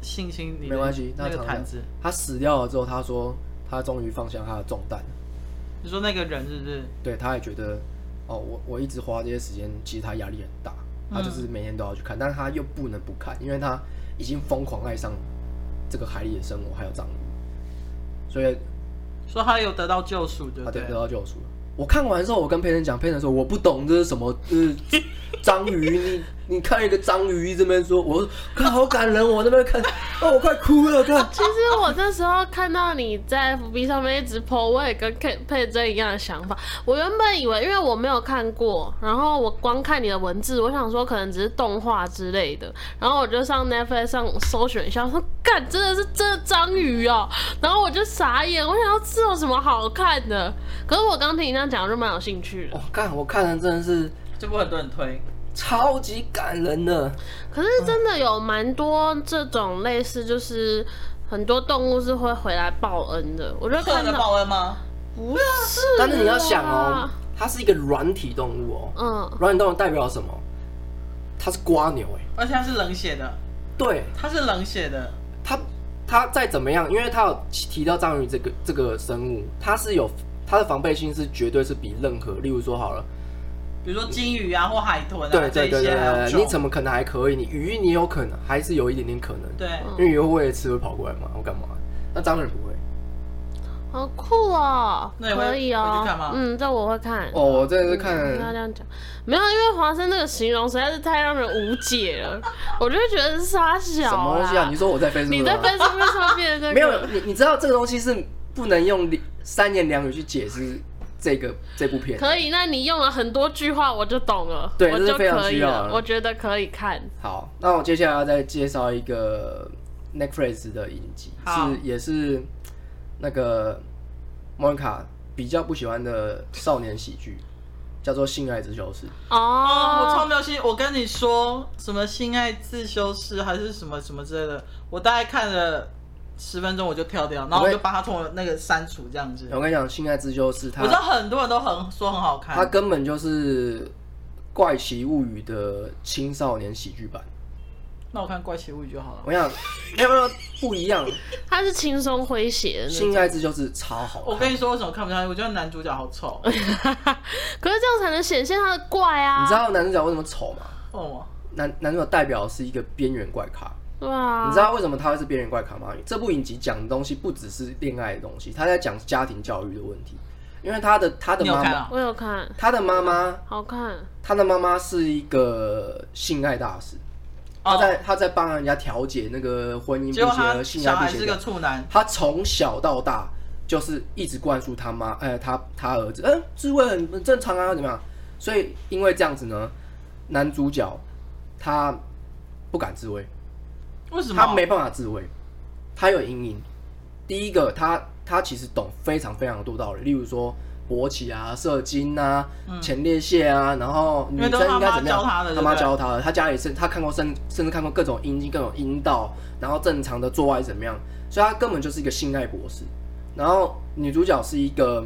Speaker 3: 性侵你的
Speaker 2: 没关系，他
Speaker 3: 那个
Speaker 2: 常
Speaker 3: 坛
Speaker 2: 常
Speaker 3: 子，
Speaker 2: 他死掉了之后，他说他终于放下他的重担了，
Speaker 3: 你说那个人是不是？
Speaker 2: 对，他也觉得哦，我我一直花这些时间，其实他压力很大，他就是每天都要去看，但是他又不能不看，因为他已经疯狂爱上这个海里的生活还有章鱼，所以
Speaker 3: 说他有得到救赎，对
Speaker 2: 啊，
Speaker 3: 不
Speaker 2: 对，
Speaker 3: 对？
Speaker 2: 得到救赎了。我看完之后，我跟佩恩讲，佩恩说我不懂这是什么，就是章鱼，你你看一个章鱼这边说，我说看好感人，我那边看，哦，我快哭了，看，
Speaker 1: 其实我那时候看到你在 FB 上面一直 po，我也跟佩佩珍一样的想法。我原本以为，因为我没有看过，然后我光看你的文字，我想说可能只是动画之类的，然后我就上 Netflix 上搜寻一下，我说干，真的是这章鱼哦、然后我就傻眼，我想要这有什么好看的？可是我刚听你这样讲，我就蛮有兴趣的
Speaker 2: 哦。，看我看了真的是
Speaker 3: 这部很多人推，
Speaker 2: 超级感人的，
Speaker 1: 可是真的有蛮多这种类似，就是很多动物是会回来报恩的。我就
Speaker 3: 克
Speaker 1: 看
Speaker 3: 的
Speaker 1: 到。
Speaker 3: 报恩吗？
Speaker 1: 不是，
Speaker 2: 但是你要想哦，，它是一个软体动物哦，
Speaker 1: 嗯，
Speaker 2: 软体动物代表什么？它是瓜牛哎，
Speaker 3: 而且他是冷血的，
Speaker 2: 对，
Speaker 3: 他是冷血的，
Speaker 2: 它它再怎么样，因为它有提到章鱼这个这个生物，它是有它的防备心是绝对是比任何，例如说好了。
Speaker 3: 比如说金鱼啊或海豚啊
Speaker 2: 对
Speaker 3: 这
Speaker 2: 对
Speaker 3: 一
Speaker 2: 对对
Speaker 3: 些，还有
Speaker 2: 对，
Speaker 3: 种
Speaker 2: 你怎么可能还可以？你鱼你有可能，还是有一点点可能，
Speaker 3: 对？
Speaker 1: 嗯
Speaker 2: 因为鱼会为了吃会跑过来嘛，我干嘛？那章鱼不会。
Speaker 1: 好酷哦，
Speaker 3: 那你会
Speaker 1: 可以
Speaker 3: 回
Speaker 1: 哦
Speaker 3: 去看吗，
Speaker 1: 嗯，这我会看。
Speaker 2: 哦，我真的是
Speaker 1: 嗯不要
Speaker 2: 看
Speaker 1: 这，样讲，没有，因为华生那个形容实在是太让人无解 了，我就觉得是他小
Speaker 2: 什么东西啊？你说我在 Facebook，
Speaker 1: 你在
Speaker 2: 吗
Speaker 1: Facebook 上面的那个
Speaker 2: 啊没有？你你知道这个东西是不能用三言两语去解释这个这部片。
Speaker 1: 可以，那你用了很多句话，我就懂了，
Speaker 2: 对
Speaker 1: 我
Speaker 2: 这
Speaker 1: 就是
Speaker 2: 非常
Speaker 1: 可以
Speaker 2: 需要的
Speaker 1: 了，我觉得可以看。
Speaker 2: 好，那我接下来要再介绍一个 Netflix 的影集，
Speaker 3: 好
Speaker 2: 是也是那个莫妮卡比较不喜欢的少年喜剧，叫做《性爱之修士》。
Speaker 3: 哦，我超
Speaker 1: 哦，
Speaker 3: 没有兴趣。我跟你说，什么性爱自修室还是什么什么之类的，我大概看了十分钟我就跳掉，然后我就把它从我那个删除这样子。
Speaker 2: 我跟你讲，《性爱之修士》它
Speaker 3: 我知道很多人都很说很好看
Speaker 2: 它，根本就是《怪奇物语》的青少年喜剧版。
Speaker 3: 那我看《怪奇物语》就好了。
Speaker 2: 我想，没有没有不一 样，《
Speaker 1: 他是轻松诙谐的那种
Speaker 2: 性爱之就是超好看。
Speaker 3: 我跟你说，为什么看不下去？我觉得男主角好丑，
Speaker 1: 可是这样才能显现他的怪啊，
Speaker 2: 你知道男主角为什么丑吗？
Speaker 3: 哦，
Speaker 2: 男男主角代表是一个边缘怪咖。
Speaker 1: 对啊，
Speaker 2: 你知道为什么他会是边缘怪咖吗？这部影集讲的东西不只是恋爱的东西，他在讲家庭教育的问题。因为他的他的
Speaker 3: 你有
Speaker 2: 妈
Speaker 3: 看
Speaker 2: 妈，
Speaker 3: 啊？
Speaker 1: 我有看，
Speaker 2: 他的妈妈，
Speaker 1: 好看，
Speaker 2: 他的妈妈是一个性爱大师，他
Speaker 3: 哦，
Speaker 2: 在他在帮人家调解那个婚姻
Speaker 3: 结果
Speaker 2: 不
Speaker 3: 他
Speaker 2: 协、性
Speaker 3: 小
Speaker 2: 爱
Speaker 3: 孩
Speaker 2: 不协
Speaker 3: 是
Speaker 2: 调
Speaker 3: 个。处男，
Speaker 2: 他从小到大就是一直灌输他妈，呃，他他儿子，嗯、自慰很很正常啊，怎么样？所以因为这样子呢，男主角他不敢自慰，
Speaker 3: 为什么？
Speaker 2: 他没办法自慰，他有阴影。第一个，他他其实懂非常非常多道理，例如说勃起啊、射精啊、前列腺啊，然后女
Speaker 3: 嗯因为都
Speaker 2: 生
Speaker 3: 是
Speaker 2: 应该
Speaker 3: 他
Speaker 2: 怎
Speaker 3: 妈
Speaker 2: 么样？
Speaker 3: 教他的对不
Speaker 2: 他妈
Speaker 3: 对
Speaker 2: 教他的，他家里甚他看过甚甚至看过各种阴茎、各种阴道，然后正常的做爱怎么样，所以他根本就是一个性爱博士。然后女主角是一个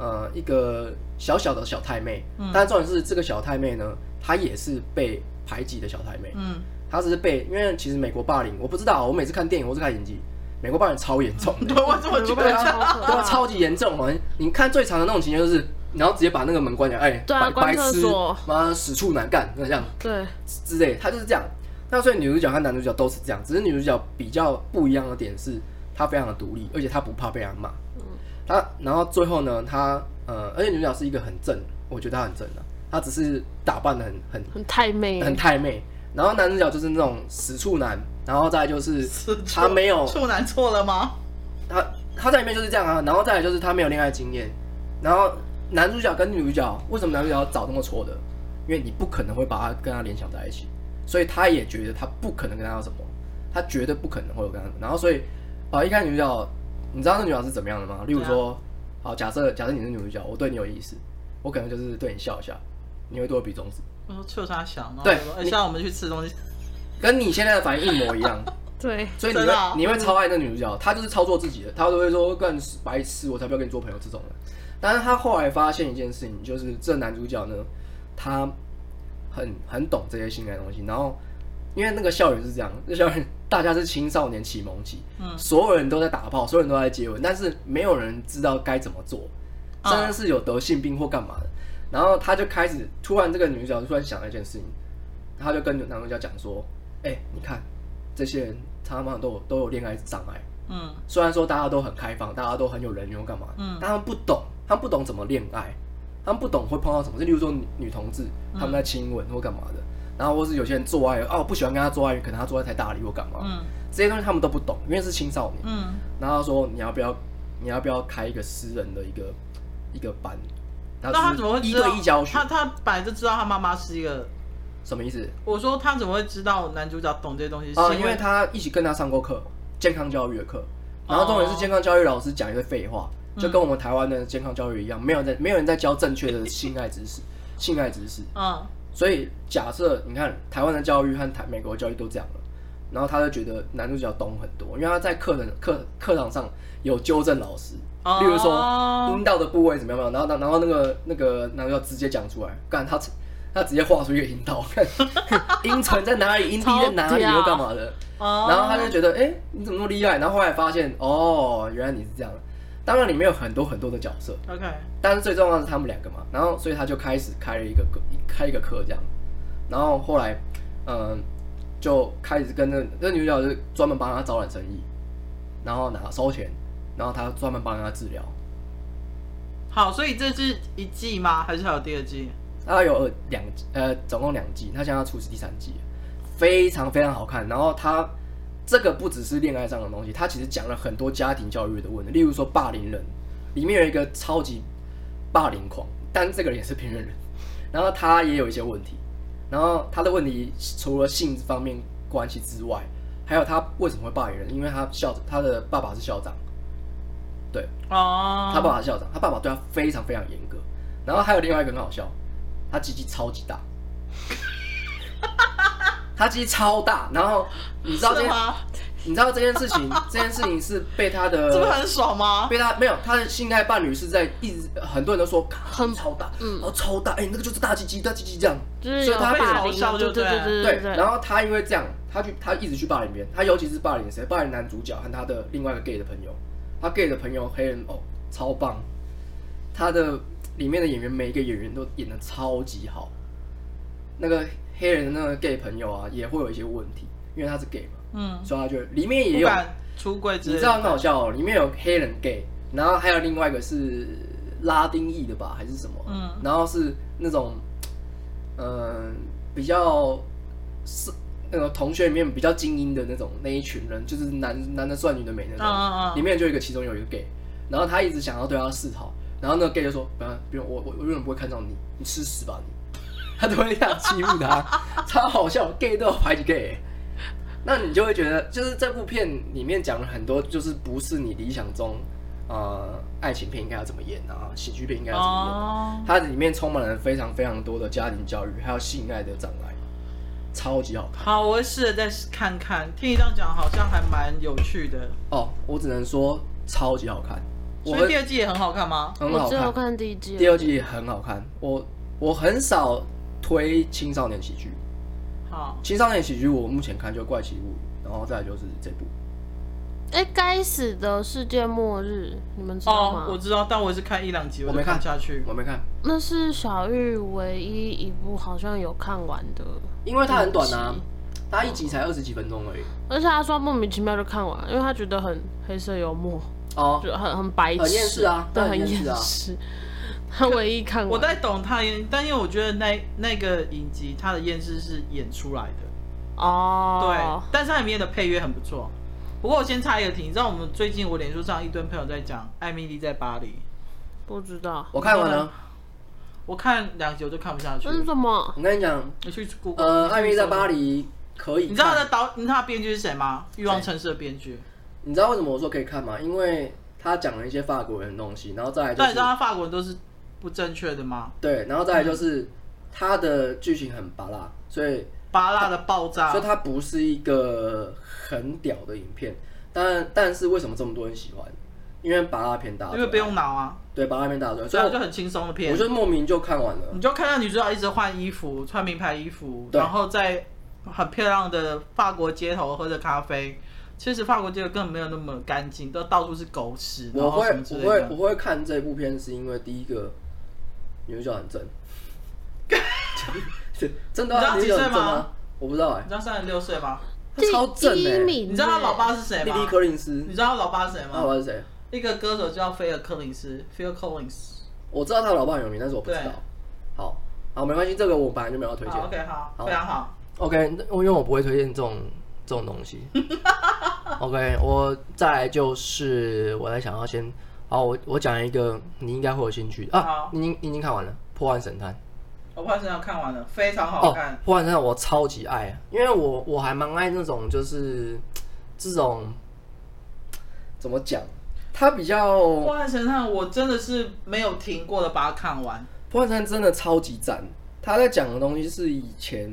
Speaker 2: 呃一个小小的小
Speaker 3: 嗯
Speaker 2: 太妹，但重点是这个小太妹呢，她也是被排挤的小太妹。
Speaker 3: 嗯，
Speaker 2: 他只是被，因为其实美国霸凌，我不知道，我每次看电影我是看演技，美国霸凌超严重 的，
Speaker 3: 对，我怎么觉
Speaker 1: 对
Speaker 2: 对
Speaker 3: 得
Speaker 1: 啊
Speaker 2: 啊，对啊，超级严重。好像你看最长的那种情节就是，然后直接把那个门关起来，哎、
Speaker 1: 对啊
Speaker 2: 白白
Speaker 1: 关厕
Speaker 2: 痴
Speaker 1: 所，
Speaker 2: 妈死处男干，那这样
Speaker 1: 对，
Speaker 2: 之类，他就是这样。那所以女主角和男主角都是这样，只是女主角比较不一样的点是，她非常的独立，而且她不怕被人骂。
Speaker 1: 嗯
Speaker 2: 她然后最后呢，她呃，而且女主角是一个很正，我觉得她很正的、她只是打扮的很很
Speaker 1: 很太妹，
Speaker 2: 很太妹。然后男主角就是那种死处男，然后再来就是他没有
Speaker 3: 处男错了吗？
Speaker 2: 他他在里面就是这样啊，然后再来就是他没有恋爱经验，然后男主角跟女主角为什么男主角要找那么挫的？因为你不可能会把他跟他联想在一起，所以他也觉得他不可能跟他有什么，他绝对不可能会有跟他，然后所以啊，一开始女主角，你知道那女主角是怎么样的吗？例如说，好假设假设你是女主角，我对你有意思，我可能就是对你笑一下，你会对我比中指，
Speaker 3: 我说臭他想，然后
Speaker 2: 对
Speaker 3: 我说
Speaker 2: 你
Speaker 3: 哎，现在我们去吃东西，
Speaker 2: 跟你现在的反应一模一样。
Speaker 1: 对，
Speaker 2: 所以你
Speaker 3: 真
Speaker 2: 会、
Speaker 3: 的啊
Speaker 2: 你会超爱那女主角，她就是操作自己的，她都会说干死白痴，我才不要跟你做朋友这种的。但是她后来发现一件事情，就是这男主角呢，他很很懂这些性爱的东西。然后因为那个校园是这样，那校园大家是青少年启蒙期，
Speaker 3: 嗯
Speaker 2: 所有人都在打炮，所有人都在接吻，但是没有人知道该怎么做，
Speaker 3: 啊
Speaker 2: 真的是有得性病或干嘛的。然后他就开始，突然这个女主角就突然想了一件事情，他就跟男主角讲说：“哎、你看这些人他妈都有都有恋爱障碍，
Speaker 3: 嗯，
Speaker 2: 虽然说大家都很开放，大家都很有人缘或干嘛，
Speaker 3: 嗯
Speaker 2: 但他们不懂，他们不懂怎么恋爱，他们不懂会碰到什么事，例如说女女同志
Speaker 3: 嗯
Speaker 2: 他们在亲吻或干嘛的，然后或是有些人做爱哦不喜欢跟他做爱，可能他做爱太大力或干嘛，
Speaker 3: 嗯
Speaker 2: 这些东西他们都不懂，因为是青少年。
Speaker 3: 嗯，
Speaker 2: 然后他说你要不要你要不要开一个私人的一个一个班？
Speaker 3: 那
Speaker 2: 那
Speaker 3: 他怎么会
Speaker 2: 一
Speaker 3: 知道
Speaker 2: 对一教学
Speaker 3: 他？他本来就知道他妈妈是一个，
Speaker 2: 什么意思？
Speaker 3: 我说他怎么会知道男主角懂这些东西？
Speaker 2: 啊，
Speaker 3: 是
Speaker 2: 因为他一起跟他上过课，健康教育的课，然后重点是
Speaker 3: 哦
Speaker 2: 健康教育老师讲一堆废话，就
Speaker 3: 嗯
Speaker 2: 跟我们台湾的健康教育一样，没有人在没有人在教正确的性爱知识，性爱知识。
Speaker 3: 嗯
Speaker 2: 所以假设你看台湾的教育和台美国的教育都这样了，然后他就觉得男主角懂很多，因为他在课程课课堂上有纠正老师，
Speaker 3: 哦
Speaker 2: 例如说阴道的部位怎么样，然后然后那个那个男主角直接讲出来，干他他直接画出一个阴道，看 阴唇在哪里，阴蒂在哪里
Speaker 1: 超屌
Speaker 2: 又干嘛的，
Speaker 3: 哦，
Speaker 2: 然后他就觉得哎、诶你怎么那么厉害？然后后来发现哦，原来你是这样。当然里面有很多很多的角色，
Speaker 3: 得 OK，
Speaker 2: 但是最重要的是他们两个嘛，然后所以他就开始开了一个课，开一个课这样，然后后来，嗯，就开始跟那那女主角就专门帮他招揽生意，然后拿收钱，然后他专门帮他治疗，
Speaker 3: 好，所以这是一季吗？还是还有第二季？
Speaker 2: 他有两呃总共两季，他现在要出第三季了，非常非常好看。然后他这个不只是恋爱上的东西，他其实讲了很多家庭教育的问题，例如说霸凌人，里面有一个超级霸凌狂，但这个人也是边缘人，然后他也有一些问题，然后他的问题除了性方面关系之外，还有他为什么会霸凌人，因为他校他的爸爸是校长，对，
Speaker 3: 哦，
Speaker 2: 他爸爸是校长，他爸爸对他非常非常严格。然后还有另外一个很好笑，他鸡鸡超级大， 他鸡鸡超大。然后你知道这
Speaker 3: 是
Speaker 2: 件，
Speaker 3: 吗？
Speaker 2: 你知道这件事 情，这件事情是被他
Speaker 3: 这不是
Speaker 2: 的
Speaker 3: 很爽吗？
Speaker 2: 被他没有他的性爱伴侣是在一直很多人都说
Speaker 1: 很
Speaker 2: 很超大，
Speaker 1: 嗯
Speaker 2: 然后超大，哎、那个就是大鸡鸡，大鸡鸡这样。
Speaker 1: 就是
Speaker 2: 所以
Speaker 1: 有
Speaker 2: 他被
Speaker 1: 霸
Speaker 3: 嘲
Speaker 1: 凌
Speaker 3: 笑
Speaker 1: 啊，对
Speaker 3: 就
Speaker 1: 对
Speaker 3: 对了
Speaker 1: 对
Speaker 2: 对，
Speaker 1: 对，
Speaker 2: 然后他因为这样，他去他一直去霸凌别人，他尤其是霸凌谁？霸凌男主角和他的另外一个 gay 的朋友，他 gay 的朋友黑人哦，超棒，他的里面的演员每一个演员都演的超级好，那个黑人的那个 gay 朋友啊也会有一些问题，因为他是 gay 嘛，
Speaker 3: 嗯，
Speaker 2: 所以他就里面也
Speaker 3: 不
Speaker 2: 有，
Speaker 3: 敢出柜之
Speaker 2: 你
Speaker 3: 类
Speaker 2: 知
Speaker 3: 的
Speaker 2: 道很好笑哦，里面有黑人 gay，然后还有另外一个是拉丁裔的吧还是什么，
Speaker 3: 嗯
Speaker 2: 然后是那种，嗯、比较是那个同学里面比较精英的那种那一群人，就是男男的帅，女的美那种。
Speaker 3: 嗯嗯嗯
Speaker 2: 里面就有一个，其中有一个 gay，然后他一直想要对他示好，然后那个 gay 就说：“不要，不用，我我我永远不会看到你，你吃屎吧你。” 他都会这样欺负他， 超好笑，gay 都要排挤 gay。那你就会觉得，就是这部片里面讲了很多，就是不是你理想中，呃，爱情片应该要怎么演啊，喜剧片应该要怎么演啊、
Speaker 3: 哦，
Speaker 2: 它里面充满了非常非常多的家庭教育，还有性爱的障碍，超级好看
Speaker 3: 好，我会试着再看看。听你这样讲，好像还蛮有趣的。
Speaker 2: 哦！我只能说超级好看，我
Speaker 3: 所以第二季也很好看吗？
Speaker 2: 很
Speaker 1: 我
Speaker 2: 好
Speaker 1: 只有
Speaker 2: 看，
Speaker 1: 看第一季，
Speaker 2: 第二季也很好看。我我很少推青少年喜剧，
Speaker 3: 好，
Speaker 2: 青少年喜剧我目前看就《怪奇物语》，然后再来就是这部。
Speaker 1: 哎，该死的世界末日，你们知道吗
Speaker 3: 哦，？我知道，但我也是看一两集，
Speaker 2: 我
Speaker 3: 就
Speaker 2: 没
Speaker 3: 看
Speaker 2: 看嗯
Speaker 3: 下去。
Speaker 2: 我没看，
Speaker 1: 那是小玉唯一一部好像有看完的，
Speaker 2: 因为它很短啊
Speaker 1: 嗯，
Speaker 2: 它一集才二十几分钟而已。
Speaker 1: 而且他说莫名其妙就看完了，因为他觉得很黑色幽默，
Speaker 2: 哦，
Speaker 1: 就很很白痴，
Speaker 2: 很厌世啊
Speaker 1: 对，
Speaker 2: 当然
Speaker 1: 很
Speaker 2: 厌世啊
Speaker 1: 世。他唯一看完，
Speaker 3: 我在懂他演，但因为我觉得那那个影集他的厌世是演出来的，
Speaker 1: 哦
Speaker 3: 对，，但是它里面的配乐很不错。不过我先插一个题，你知道我们最近我脸书上一堆朋友在讲《艾米丽在巴黎》，
Speaker 1: 不知道，
Speaker 2: 我看完了。
Speaker 3: 我看两集我就看不下去
Speaker 1: 这，是什么？
Speaker 2: 我跟你讲，
Speaker 3: 你去 Google。
Speaker 2: 呃，《艾米在巴黎》可以看，
Speaker 3: 你知道他的导，你知道他的编剧是谁吗？《欲望城市》的编剧。
Speaker 2: 你知道为什么我说可以看吗？因为他讲了一些法国人的东西，然后再来就
Speaker 3: 但你
Speaker 2: 是
Speaker 3: 知道他法国人都是不正确的吗？
Speaker 2: 对，然后再来就是他的剧情很拔辣，所以
Speaker 3: 巴拉的爆炸
Speaker 2: 所以，它不是一个很屌的影片，但但是为什么这么多人喜欢？因为拔辣片大家
Speaker 3: 因
Speaker 2: 最爱，
Speaker 3: 为不用脑啊，
Speaker 2: 对拔辣片大家最爱
Speaker 3: 所以就
Speaker 2: 所以
Speaker 3: 很轻松的
Speaker 2: 我
Speaker 3: 片
Speaker 2: 我。就莫名就看完了。
Speaker 3: 你就看到女主角一直换衣服，穿名牌衣服，
Speaker 2: 对
Speaker 3: 然后在很漂亮的法国街头喝着咖啡。其实法国街头根本没有那么干净，都到处是狗屎，嗯然
Speaker 2: 我
Speaker 3: 后
Speaker 2: 会
Speaker 3: 什么之
Speaker 2: 我
Speaker 3: 类
Speaker 2: 会我
Speaker 3: 的。
Speaker 2: 会看这部片，是因为第一个女主角很正， 真的啊
Speaker 3: 你
Speaker 2: 女
Speaker 3: 知
Speaker 2: 主角
Speaker 3: 道她几岁
Speaker 2: 很正
Speaker 3: 吗
Speaker 2: 吗？我不知道哎
Speaker 3: 你、知道三十六岁吗？
Speaker 2: 她超正
Speaker 1: 第一
Speaker 2: 哎、
Speaker 1: 名，欸
Speaker 3: 你知道他老爸是谁
Speaker 2: 莉
Speaker 3: 吗？嗯
Speaker 2: 莉柯林斯
Speaker 3: 你，知道他老爸是谁
Speaker 2: 啊那我爸
Speaker 3: 吗？
Speaker 2: 是谁？
Speaker 3: 一个歌手叫菲尔·柯林斯，Phil Collins。
Speaker 2: 我知道他老爸很有名，但是我不知
Speaker 3: 对
Speaker 2: 道。好，好，没关系，这个我本来就没有要推荐
Speaker 3: 好。，OK，好，
Speaker 2: 好
Speaker 3: 非常好。
Speaker 2: OK，那因为我不会推荐这种这种东 西。OK，我再来就是我在想要先，好，我我讲一个你应该会有兴趣的啊
Speaker 3: 好，
Speaker 2: 你已经你已经看完了《破案神探》
Speaker 3: 我怕现在看完了，非常好
Speaker 2: 哦，
Speaker 3: 看
Speaker 2: 《。破案神探》我超级爱，啊因为我我还蛮爱那种就是这种怎么讲，它比较
Speaker 3: 《
Speaker 2: 《
Speaker 3: 破案神探》我真的是没有停过的把它看完。
Speaker 2: 破案神探》真的超级赞，他在讲的东西是以前，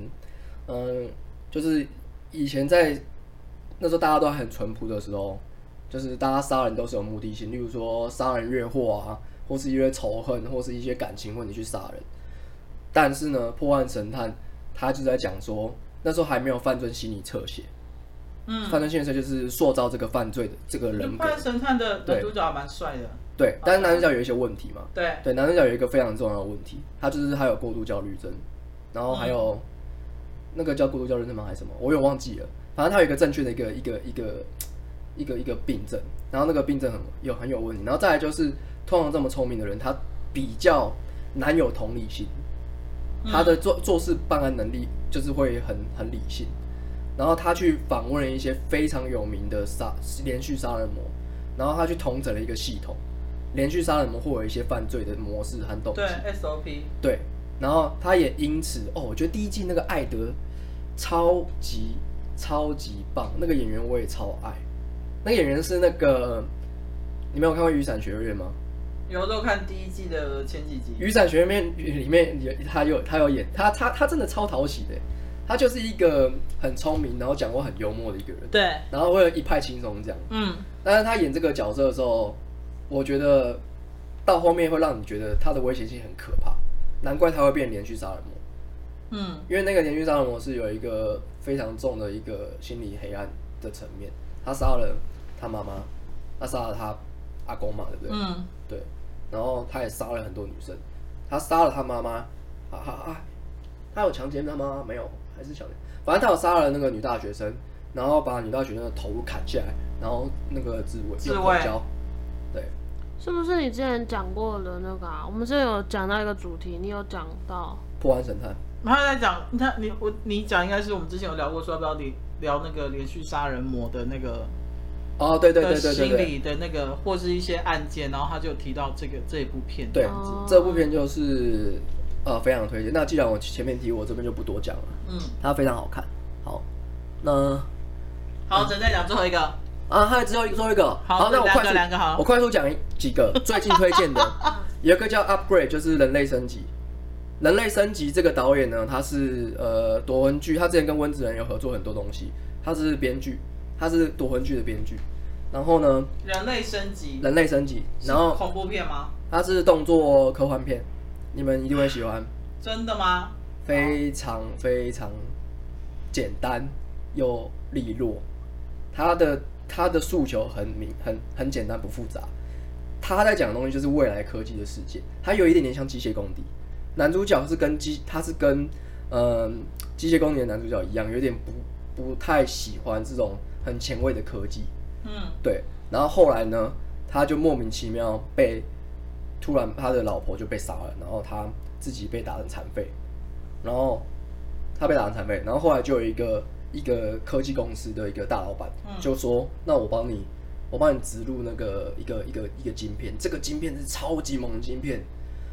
Speaker 2: 嗯、就是以前在那时候大家都还很淳朴的时候，就是大家杀人都是有目的性，例如说杀人越货啊，或是因为仇恨，或是一些感情问题去杀人。但是呢，破案神探他就在讲说，那时候还没有犯罪心理侧写，
Speaker 3: 嗯，
Speaker 2: 犯罪心理侧写就是塑造这个犯罪的这个
Speaker 3: 《
Speaker 2: 人
Speaker 3: 破
Speaker 2: 格，
Speaker 3: 案神探》的
Speaker 2: 对
Speaker 3: 男主角还蛮帅的，
Speaker 2: 对。但是男主角有一些问题嘛，
Speaker 3: 对。
Speaker 2: 对，男主角有一个非常重要的问题，他就是他有过度焦虑症，然后还有、那个叫过度焦虑症吗？还是什么？我有点忘记了。反正他有一个正确的一个一个一个一个一个病症，然后那个病症很有很有问题。然后再来就是，通常这么聪明的人，他比较难有同理心，他的做做事办案能力就是会很很理性。然后他去访问了一些非常有名的杀连续杀人魔，然后他去统整了一个系统，连续杀人魔会有一些犯罪的模式和动机
Speaker 3: 对。SOP，
Speaker 2: 对，然后他也因此哦，我觉得第一季那个艾德超级超级棒，那个演员我也超爱。那个演员是那个，你没有看过《雨伞学院》吗？
Speaker 3: 有时候看第一季的前几
Speaker 2: 《
Speaker 3: 集，
Speaker 2: 雨伞学院》面里面有他有他有演他他他真的超讨喜的，他就是一个很聪明，然后讲话很幽默的一个人，
Speaker 3: 对，
Speaker 2: 然后会一派轻松这样。
Speaker 3: 嗯，
Speaker 2: 但是他演这个角色的时候，我觉得到后面会让你觉得他的危险性很可怕，难怪他会变连续杀人魔。
Speaker 3: 嗯，
Speaker 2: 因为那个连续杀人魔是有一个非常重的一个心理黑暗的层面，他杀了他妈妈，他杀了他阿公嘛，对不对？
Speaker 3: 嗯，
Speaker 2: 对，然后他也杀了很多女生，他杀了他妈妈，啊啊啊！他有强奸他妈妈没有？还是强奸？反正他有杀了那个女大学生，然后把女大学生的头砍下来，然后那个自卫
Speaker 3: 自
Speaker 2: 用
Speaker 3: 卫
Speaker 2: 口交，对，
Speaker 1: 是不是你之前讲过的那个啊？我们之前有讲到一个主题，你有讲到
Speaker 2: 破案神探。
Speaker 3: 他在讲他你我你讲应该是我们之前有聊过，说要不要聊聊那个连续杀人魔的那个
Speaker 2: 哦，对对
Speaker 3: 的
Speaker 2: 对对对
Speaker 3: 心
Speaker 2: 对，
Speaker 3: 理的那个或是一些案件，然后他就有提到这个这一部片，
Speaker 2: 对
Speaker 1: 哦，
Speaker 2: 这部片就是呃非常推荐。那既然我前面提，我这边就不多讲了，
Speaker 3: 嗯，
Speaker 2: 它非常好看。好，那
Speaker 3: 好，咱再讲最后一个，
Speaker 2: 啊，还有最后一个最后一个，
Speaker 3: 好
Speaker 2: 那我
Speaker 3: 两个
Speaker 2: 快速
Speaker 3: 两个好
Speaker 2: 我快速讲几个最近推 荐的，有一个叫 Upgrade，就是人类升级。人类升级这个导演呢，他是呃夺魂剧，他之前跟温子仁有合作很多东西，他是编剧，他是夺魂剧的编剧。然后呢，
Speaker 3: 人类升级，
Speaker 2: 人类升级，然
Speaker 3: 是
Speaker 2: 后
Speaker 3: 恐怖片吗？
Speaker 2: 它是动作科幻片，你们一定会喜欢。
Speaker 3: 真的吗？
Speaker 2: 非常非常简单又利落，他的他的诉求很明很很简单不复杂，他在讲的东西就是未来科技的世界，他有一点点像机械公敌。男主角是跟机，他是跟嗯机械公敌的男主角一样，有点不不太喜欢这种很前卫的科技，
Speaker 3: 嗯，
Speaker 2: 对。然后后来呢，他就莫名其妙被突然他的老婆就被杀了，然后他自己被打成残废，然后他被打成残废，然后后来就有一个一个科技公司的一个大老板
Speaker 3: 嗯
Speaker 2: 就说：“那我帮你，我帮你植入那个一个一个一个晶片，这个晶片是超级猛的晶片。”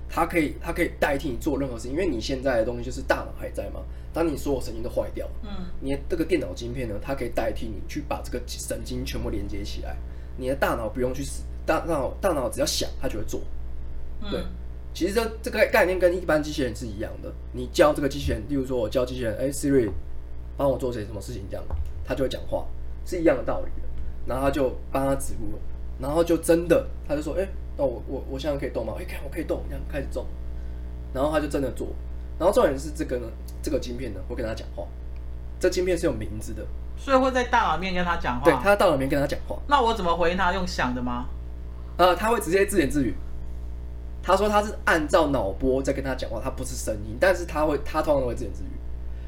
Speaker 2: 它可以，它可以代替你做任何事情，因为你现在的东西就是大脑还在嘛。当你所有神经都坏掉了，
Speaker 3: 嗯，
Speaker 2: 你的这个电脑晶片呢，它可以代替你去把这个神经全部连接起来，你的大脑不用去死，大大脑大脑只要想，它就会做。
Speaker 3: 嗯
Speaker 2: 对其实这这个概念跟一般机器人是一样的，你教这个机器人，例如说我教机器人，哎、s i r i 帮我做些什么事情，这样它就会讲话，是一样的道理的。然后他就帮他植入了，然后就真的他就说，哎、那我我我现在可以动吗？哎、看我可以动，这样开始动，然后他就真的做。然后重点是这个呢，这个晶片呢，会跟他讲话，这晶片是有名字的，
Speaker 3: 所以会在大脑面跟他讲话。
Speaker 2: 对，他到了面跟他讲话，
Speaker 3: 那我怎么回应他？用想的吗？
Speaker 2: 呃，他会直接自言自语。他说他是按照脑波在跟他讲话，他不是声音，但是他会，他通常都会自言自语。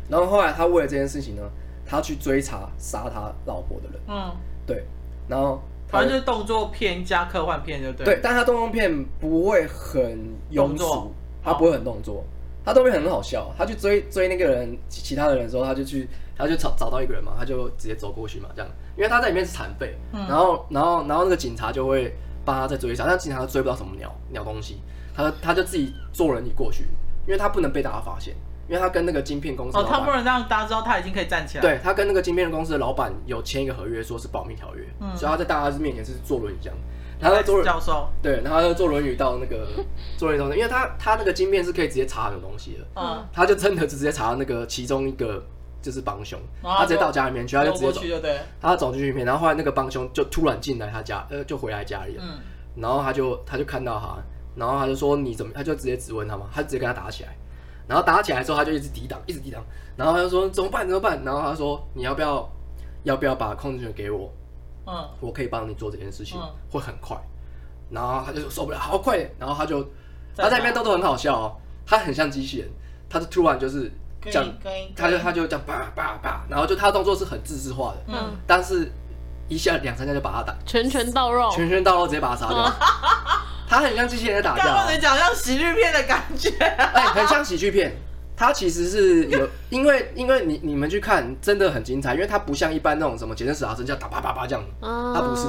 Speaker 2: 然后后来他为了这件事情呢，他去追查杀他老婆的人，
Speaker 3: 嗯，
Speaker 2: 对，然后他
Speaker 3: 反正就是动作片加科幻片，就对。
Speaker 2: 对，，但他动作片不会很庸俗
Speaker 3: 动作，
Speaker 2: 他不会很动作，他动作片很好笑。他去追追那个人，其其他的人的时候，他就去，他就找找到一个人嘛，他就直接走过去嘛，这样，因为他在里面是残废，
Speaker 3: 嗯
Speaker 2: 然后然后然后那个警察就会帮他再追杀，但警察追不到什么鸟鸟东西，他就他就自己坐轮椅过去，因为他不能被大家发现，因为他跟那个晶片公司
Speaker 3: 哦，
Speaker 2: 老
Speaker 3: 他不
Speaker 2: 板，
Speaker 3: 能让大家知道他已经可以站起来。，
Speaker 2: 对他跟那个晶片公司的老板有签一个合约，说是保密条约，
Speaker 3: 嗯
Speaker 2: 所以他在大家面前是坐轮椅这样，然后他在坐轮
Speaker 3: 教授，
Speaker 2: 对，然后他就坐轮椅到那 个坐轮椅到那，因为他他那个晶片是可以直接查很多东西的，
Speaker 3: 嗯，
Speaker 2: 他就真的就直接查那个其中一个就是帮凶，
Speaker 3: 然后
Speaker 2: 他直接
Speaker 3: 就
Speaker 2: 到家里面去，他就直
Speaker 3: 哦走过
Speaker 2: 接走
Speaker 3: 去，就对。
Speaker 2: 他走进去里面，然后后来那个帮凶就突然进来他家，呃，就回来家里了，
Speaker 3: 嗯，
Speaker 2: 然后他就他就看到他，然后他就说你怎么，他就直接质问他嘛，他就直接跟他打起来，然后打起来之后他就一直抵挡，一直抵挡，然后他就说怎么办怎么办，然后他说你要不要要不要把控制权给我，
Speaker 3: 嗯，
Speaker 2: 我可以帮你做这件事情，
Speaker 3: 嗯
Speaker 2: 会很快。然后他就说受不了，好快点！然后他就他
Speaker 3: 在哪
Speaker 2: 在里面动作很好笑哦，他很像机器人，他就突然就是这样，
Speaker 3: 跟
Speaker 2: 他就他就这样叭叭叭，然后就他的动作是很自制化的，
Speaker 3: 嗯，
Speaker 2: 但是一下两三下就把他打
Speaker 1: 拳拳到
Speaker 3: 哦
Speaker 1: 肉，
Speaker 2: 拳拳到肉，直接把他杀掉。
Speaker 3: 嗯
Speaker 2: 他很像机器人在打架
Speaker 3: 干
Speaker 2: 哦
Speaker 3: 或，者讲像喜剧片的感觉。
Speaker 2: 哎，很像喜剧片。它其实是 有，因为因为你你们去看真的很精彩，因为它不像一般那种什么杰森·史塔森这样打叭叭叭这样，
Speaker 1: 啊
Speaker 2: 他不是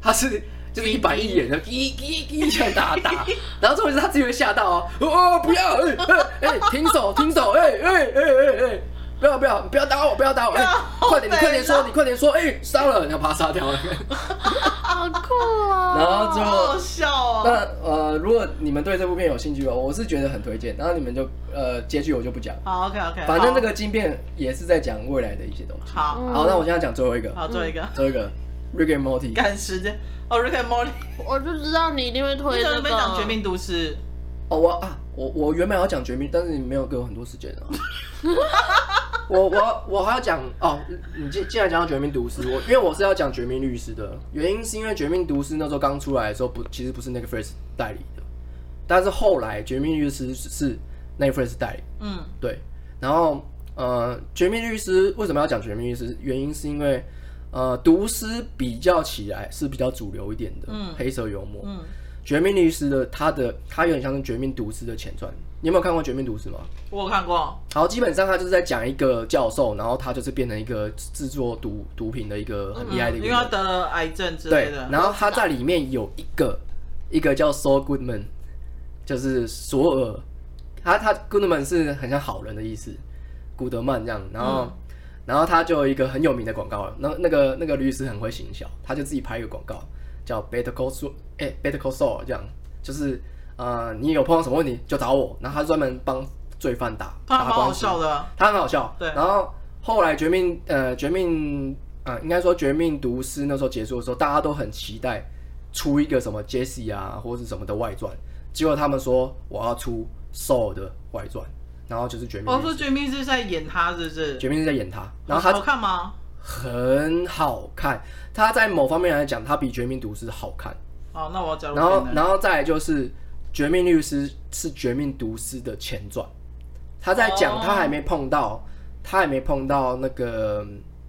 Speaker 2: 他是就是一板 一眼的，滴滴滴这样打打， 然后重点是他自己会吓到哦，哦不要，哎哎哎停手停手，哎哎哎哎哎，不要不要不要打我不要打我，哎
Speaker 3: 啊
Speaker 2: 快点你快点说你快点说，哎杀了，你要把他杀掉
Speaker 3: 哦
Speaker 2: 了。
Speaker 1: 好酷
Speaker 2: 然
Speaker 1: 哦！
Speaker 2: 后之
Speaker 3: 好
Speaker 2: 后
Speaker 3: 好，笑哦。
Speaker 2: 那呃如果你们对这部片有兴趣哦，我是觉得很推荐，然后你们就呃结局我就不讲，
Speaker 3: 好，OK OK。
Speaker 2: 反正这个晶片也是在讲未来的一些东西。
Speaker 3: 好
Speaker 1: 嗯
Speaker 2: 好，那我现在讲最后一个，
Speaker 3: 好做一个
Speaker 2: 最后一个 Rick and Morty。
Speaker 3: 赶时间。哦，Rick and Morty，
Speaker 1: 我就知道你一定会推
Speaker 3: 你
Speaker 1: 这
Speaker 3: 怎
Speaker 1: 个。
Speaker 3: 么没讲《绝命毒师
Speaker 2: 哦，我啊，我我原本要讲绝命，但是你没有给我很多时间啊。 我我我还要讲哦，你既既然讲到绝命毒师，我因为我是要讲绝命律师的，原因是因为绝命毒师那时候刚出来的时候不，其实不是 Netflix 代理的，但是后来绝命律师是是 Netflix 代理，》？
Speaker 3: 嗯
Speaker 2: 对，然后呃，绝命律师为什么要讲绝命律师？原因是因为呃，毒师比较起来是比较主流一点的，
Speaker 3: 嗯
Speaker 2: 黑色幽默，
Speaker 3: 嗯，
Speaker 2: 《绝命律师》的它的它有点像是《绝命毒师》的前传。你有没有看过《绝命毒师》吗？
Speaker 3: 我有看过。
Speaker 2: 好，基本上它就是在讲一个教授，然后他就是变成一个制作毒毒品的一个很厉害的一
Speaker 3: 嗯因
Speaker 2: 个
Speaker 3: 为
Speaker 2: 人。
Speaker 3: 他得了癌症之类
Speaker 2: 对，
Speaker 3: 的。
Speaker 2: 然后他在里面有一个一个叫 Saul Goodman，就是索尔，他他 Goodman 是很像好人的意思，古德曼这样。然
Speaker 3: 嗯
Speaker 2: 后、然后他就有一个很有名的广告了，那那个那个律师很会行销，他就自己拍一个广告叫 Better Call Saul，哎、Better Call Saul 这样，就是呃你有碰到什么问题就找我，然后他专门帮罪犯打
Speaker 3: 他还
Speaker 2: 打
Speaker 3: 蛮好
Speaker 2: 官司。
Speaker 3: 笑的。
Speaker 2: 他很好笑。
Speaker 3: 对
Speaker 2: 然后后来《绝命》呃，《绝命》啊、应该说《绝命毒师》那时候结束的时候，大家都很期待出一个什么 Jesse 啊，或是什么的外传。结果他们说我要出 Soul 的外传，然后就是绝命
Speaker 3: 我
Speaker 2: 律
Speaker 3: 哦说《
Speaker 2: 师，
Speaker 3: 绝命律师》是在演他，是不是？
Speaker 2: 绝命律师在演他，然后他
Speaker 3: 好看吗？
Speaker 2: 很好看，他在某方面来讲，他比《绝命毒师》好看。
Speaker 3: 好，哦那我要加入
Speaker 2: 然后，
Speaker 3: 片单
Speaker 2: 然后再来就是《绝命律师》是《绝命毒师》的前传，他在讲
Speaker 3: 哦
Speaker 2: 他还没碰到，他还没碰到那个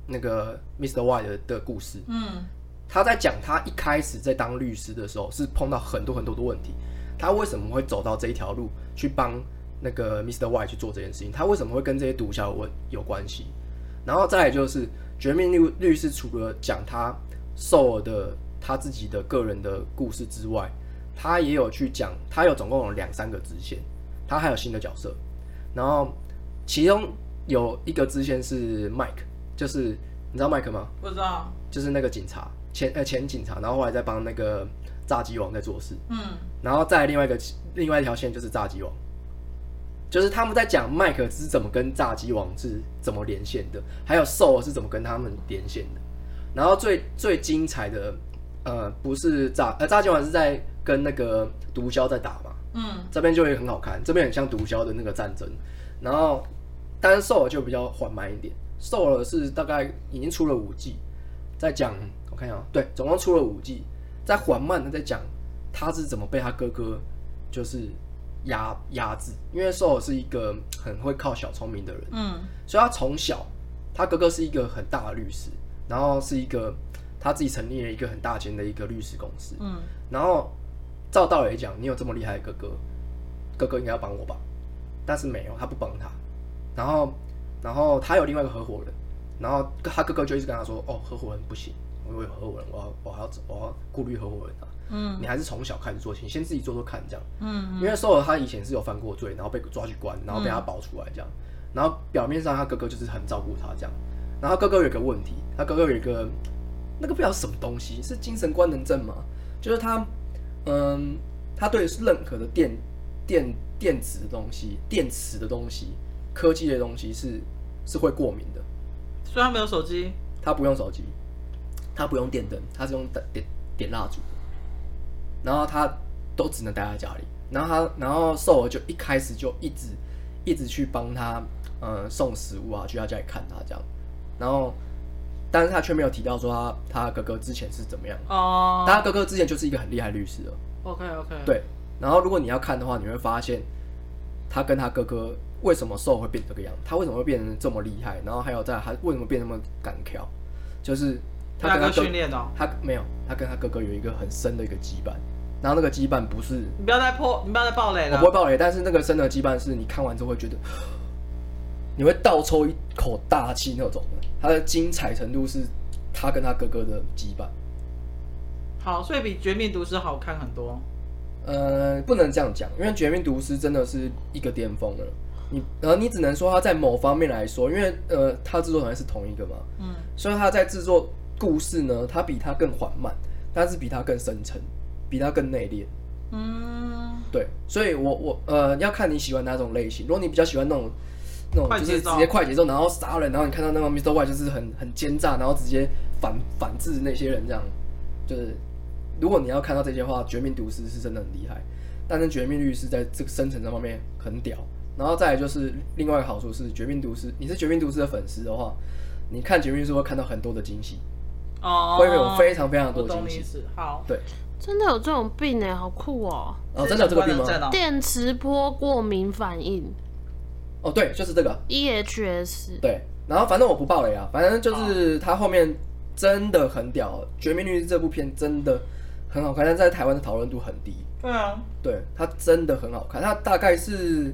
Speaker 2: 那个 Mr. Y 的的故事。
Speaker 3: 嗯，
Speaker 2: 他在讲他一开始在当律师的时候是碰到很多很多的问题，他为什么会走到这一条路去帮那个 Mr. Y 去做这件事情？他为什么会跟这些毒枭有问有关系？然后再来就是《绝命律律师》，除了讲他受的他自己的个人的故事之外，他也有去讲，他有总共有两三个支线，他还有新的角色，然后其中有一个支线是 Mike，就是你知道 Mike 吗？
Speaker 3: 不知道，
Speaker 2: 就是那个警察前呃前警察，然后后来再帮那个炸鸡王在做事，
Speaker 3: 嗯，
Speaker 2: 然后再来另外一个另外一条线就是炸鸡王，就是他们在讲麦克是怎么跟炸鸡王是怎么连线的，还有兽是怎么跟他们连线的。然后最最精彩的呃不是炸呃炸鸡王是在跟那个毒枭在打嘛，
Speaker 3: 嗯，
Speaker 2: 这边就会很好看，这边很像毒枭的那个战争，然后但是兽耳就比较缓慢一点，兽耳是大概已经出了五季，在讲我看一下啊，对，总共出了五季，在缓慢的在讲他是怎么被他哥哥就是压压制，因为兽耳是一个很会靠小聪明的人，
Speaker 3: 嗯，
Speaker 2: 所以他从小，他哥哥是一个很大的律师，然后是一个他自己成立了一个很大间的一个律师公司，
Speaker 3: 嗯，
Speaker 2: 然后照道理讲，你有这么厉害的哥哥，哥哥应该要帮我吧？但是没有，他不帮他。然后，然后他有另外一个合伙人，然后他哥哥就一直跟他说：“哦，合伙人不行，我有合伙人，我要我还要我要顾虑合伙人啊。”
Speaker 3: 嗯，
Speaker 2: 你还是从小开始做起，你先自己做做看，这样。
Speaker 3: 嗯，
Speaker 2: 因为兽尔他以前是有犯过罪，然后被抓去关，然后被他保出来这样。然后表面上他哥哥就是很照顾他这样，然后他哥哥有一个问题，他哥哥有一个那个不知道是什么东西，是精神官能症吗？就是他，嗯，他对任何的电电电子的东西、电池的东西、科技的东西是是会过敏的。
Speaker 3: 虽然没有手机，
Speaker 2: 他不用手机，他不用电灯，他是用点点点蜡烛的，然后他都只能待在家里。然后他，然后兽儿就一开始就一直一直去帮他，呃，送食物啊，去他家里看他这样。然后，但是他却没有提到说他他哥哥之前是怎么样。
Speaker 3: 哦
Speaker 2: 他哥哥之前就是一个很厉害的律师哦了，
Speaker 3: ，OK OK，，
Speaker 2: 对。然后如果你要看的话，你会发现他跟他哥哥为什么兽会变这个样，他为什么会变成这么厉害，然后还有在他为什么变那么敢跳，就是他
Speaker 3: 大
Speaker 2: 跟他
Speaker 3: 哥
Speaker 2: 哥
Speaker 3: 训练哦，
Speaker 2: 他没有，他跟他哥哥有一个很深的一个羁绊，然后那个羁绊不是
Speaker 3: 你不要再破，你不要再爆雷
Speaker 2: 我
Speaker 3: 了
Speaker 2: 不，会爆雷，但是那个深的羁绊是你看完之后会觉得哦你会倒抽一口大气那种的，他的精彩程度是他跟他哥哥的羁绊，
Speaker 3: 好，所以比《绝命毒师》好看很多。
Speaker 2: 呃，不能这样讲，因为《绝命毒师》真的是一个巅峰了。你呃，你只能说他在某方面来说，因为呃，他制作团队是同一个嘛，
Speaker 3: 嗯，
Speaker 2: 所以他在制作故事呢，他比他更缓慢，但是比他更深沉，比他更内敛。
Speaker 3: 嗯，
Speaker 2: 对，所以我我呃，要看你喜欢哪种类型。如果你比较喜欢那种那种
Speaker 3: 快
Speaker 2: 就
Speaker 3: 节
Speaker 2: 是直
Speaker 3: 奏
Speaker 2: 接快节奏，然后杀人，然后你看到那个 Mr. Y 就是很很奸诈，然后直接反反制那些人这样，就是如果你要看到这些话，《绝命毒师》是真的很厉害，但是《绝命律师》在这个深层这方面很屌。然后再来就是另外一个好处是，《绝命毒师》，你是《绝命毒师》的粉丝的话，你看《绝命律师》会看到很多的惊喜，
Speaker 3: 哦，
Speaker 2: 会有非常非常
Speaker 3: 我
Speaker 2: 多的
Speaker 3: 懂
Speaker 2: 惊
Speaker 3: 你
Speaker 2: 喜。
Speaker 3: 意思。好，
Speaker 2: 对，
Speaker 1: 真的有这种病哎、好酷哦！
Speaker 2: 哦，真的有这个病
Speaker 3: 关灯
Speaker 2: 吗？
Speaker 3: 症哦
Speaker 1: 电磁波过敏反应，E
Speaker 2: 哦，对，就是这个。
Speaker 1: （EHS）。
Speaker 2: 对，然后反正我不爆雷啊，反正
Speaker 3: 哦
Speaker 2: 就是它后面真的很屌，《绝命律师》这部片真的很好看，但在台湾的讨论度很低。
Speaker 3: 对啊，
Speaker 2: 对，它真的很好看，它大概是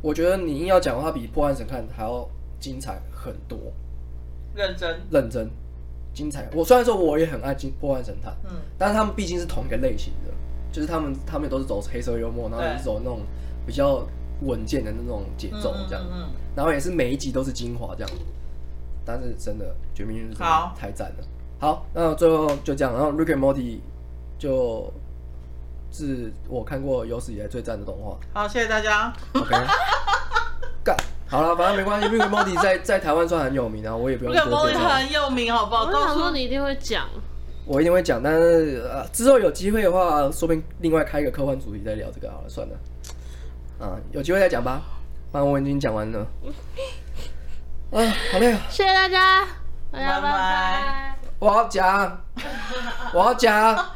Speaker 2: 我觉得你硬要讲的话，比《破案神探》还要精彩很多，
Speaker 3: 认真。
Speaker 2: 认真精彩。我虽然说我也很爱《金破案神探》，
Speaker 3: 嗯，
Speaker 2: 但是他们毕竟是同一个类型的，就是他们他们都是走黑色幽默，然后也是走那种比较稳健的那种节奏这样。
Speaker 3: 嗯，嗯嗯
Speaker 2: 然后也是每一集都是精华这样。但是真的《绝命律师》真的
Speaker 3: 好
Speaker 2: 太赞了。好，那最后就这样。然后《Rick and Morty》就是我看过有史以来最赞的动画。
Speaker 3: 好，谢谢大家。
Speaker 2: OK，干好了，反正没关系，《Rick and Morty 在》在 台湾算很有名啊，我也不用
Speaker 3: 如
Speaker 2: 多
Speaker 3: 果
Speaker 2: 介
Speaker 3: 猫
Speaker 2: 绍。
Speaker 3: 很有名，好不好？
Speaker 1: 我
Speaker 3: 到
Speaker 1: 想
Speaker 3: 时
Speaker 1: 说
Speaker 3: 候
Speaker 1: 你一定会讲，
Speaker 2: 我一定会讲，但是、呃、之后有机会的话，说不定另外开一个科幻主题再聊这个好了，算了。啊、有机会再讲吧。漫我已经讲完 了。啊，好累啊！
Speaker 1: 谢谢大家，大家拜
Speaker 3: 拜拜
Speaker 1: 拜
Speaker 2: 我要讲，我要讲。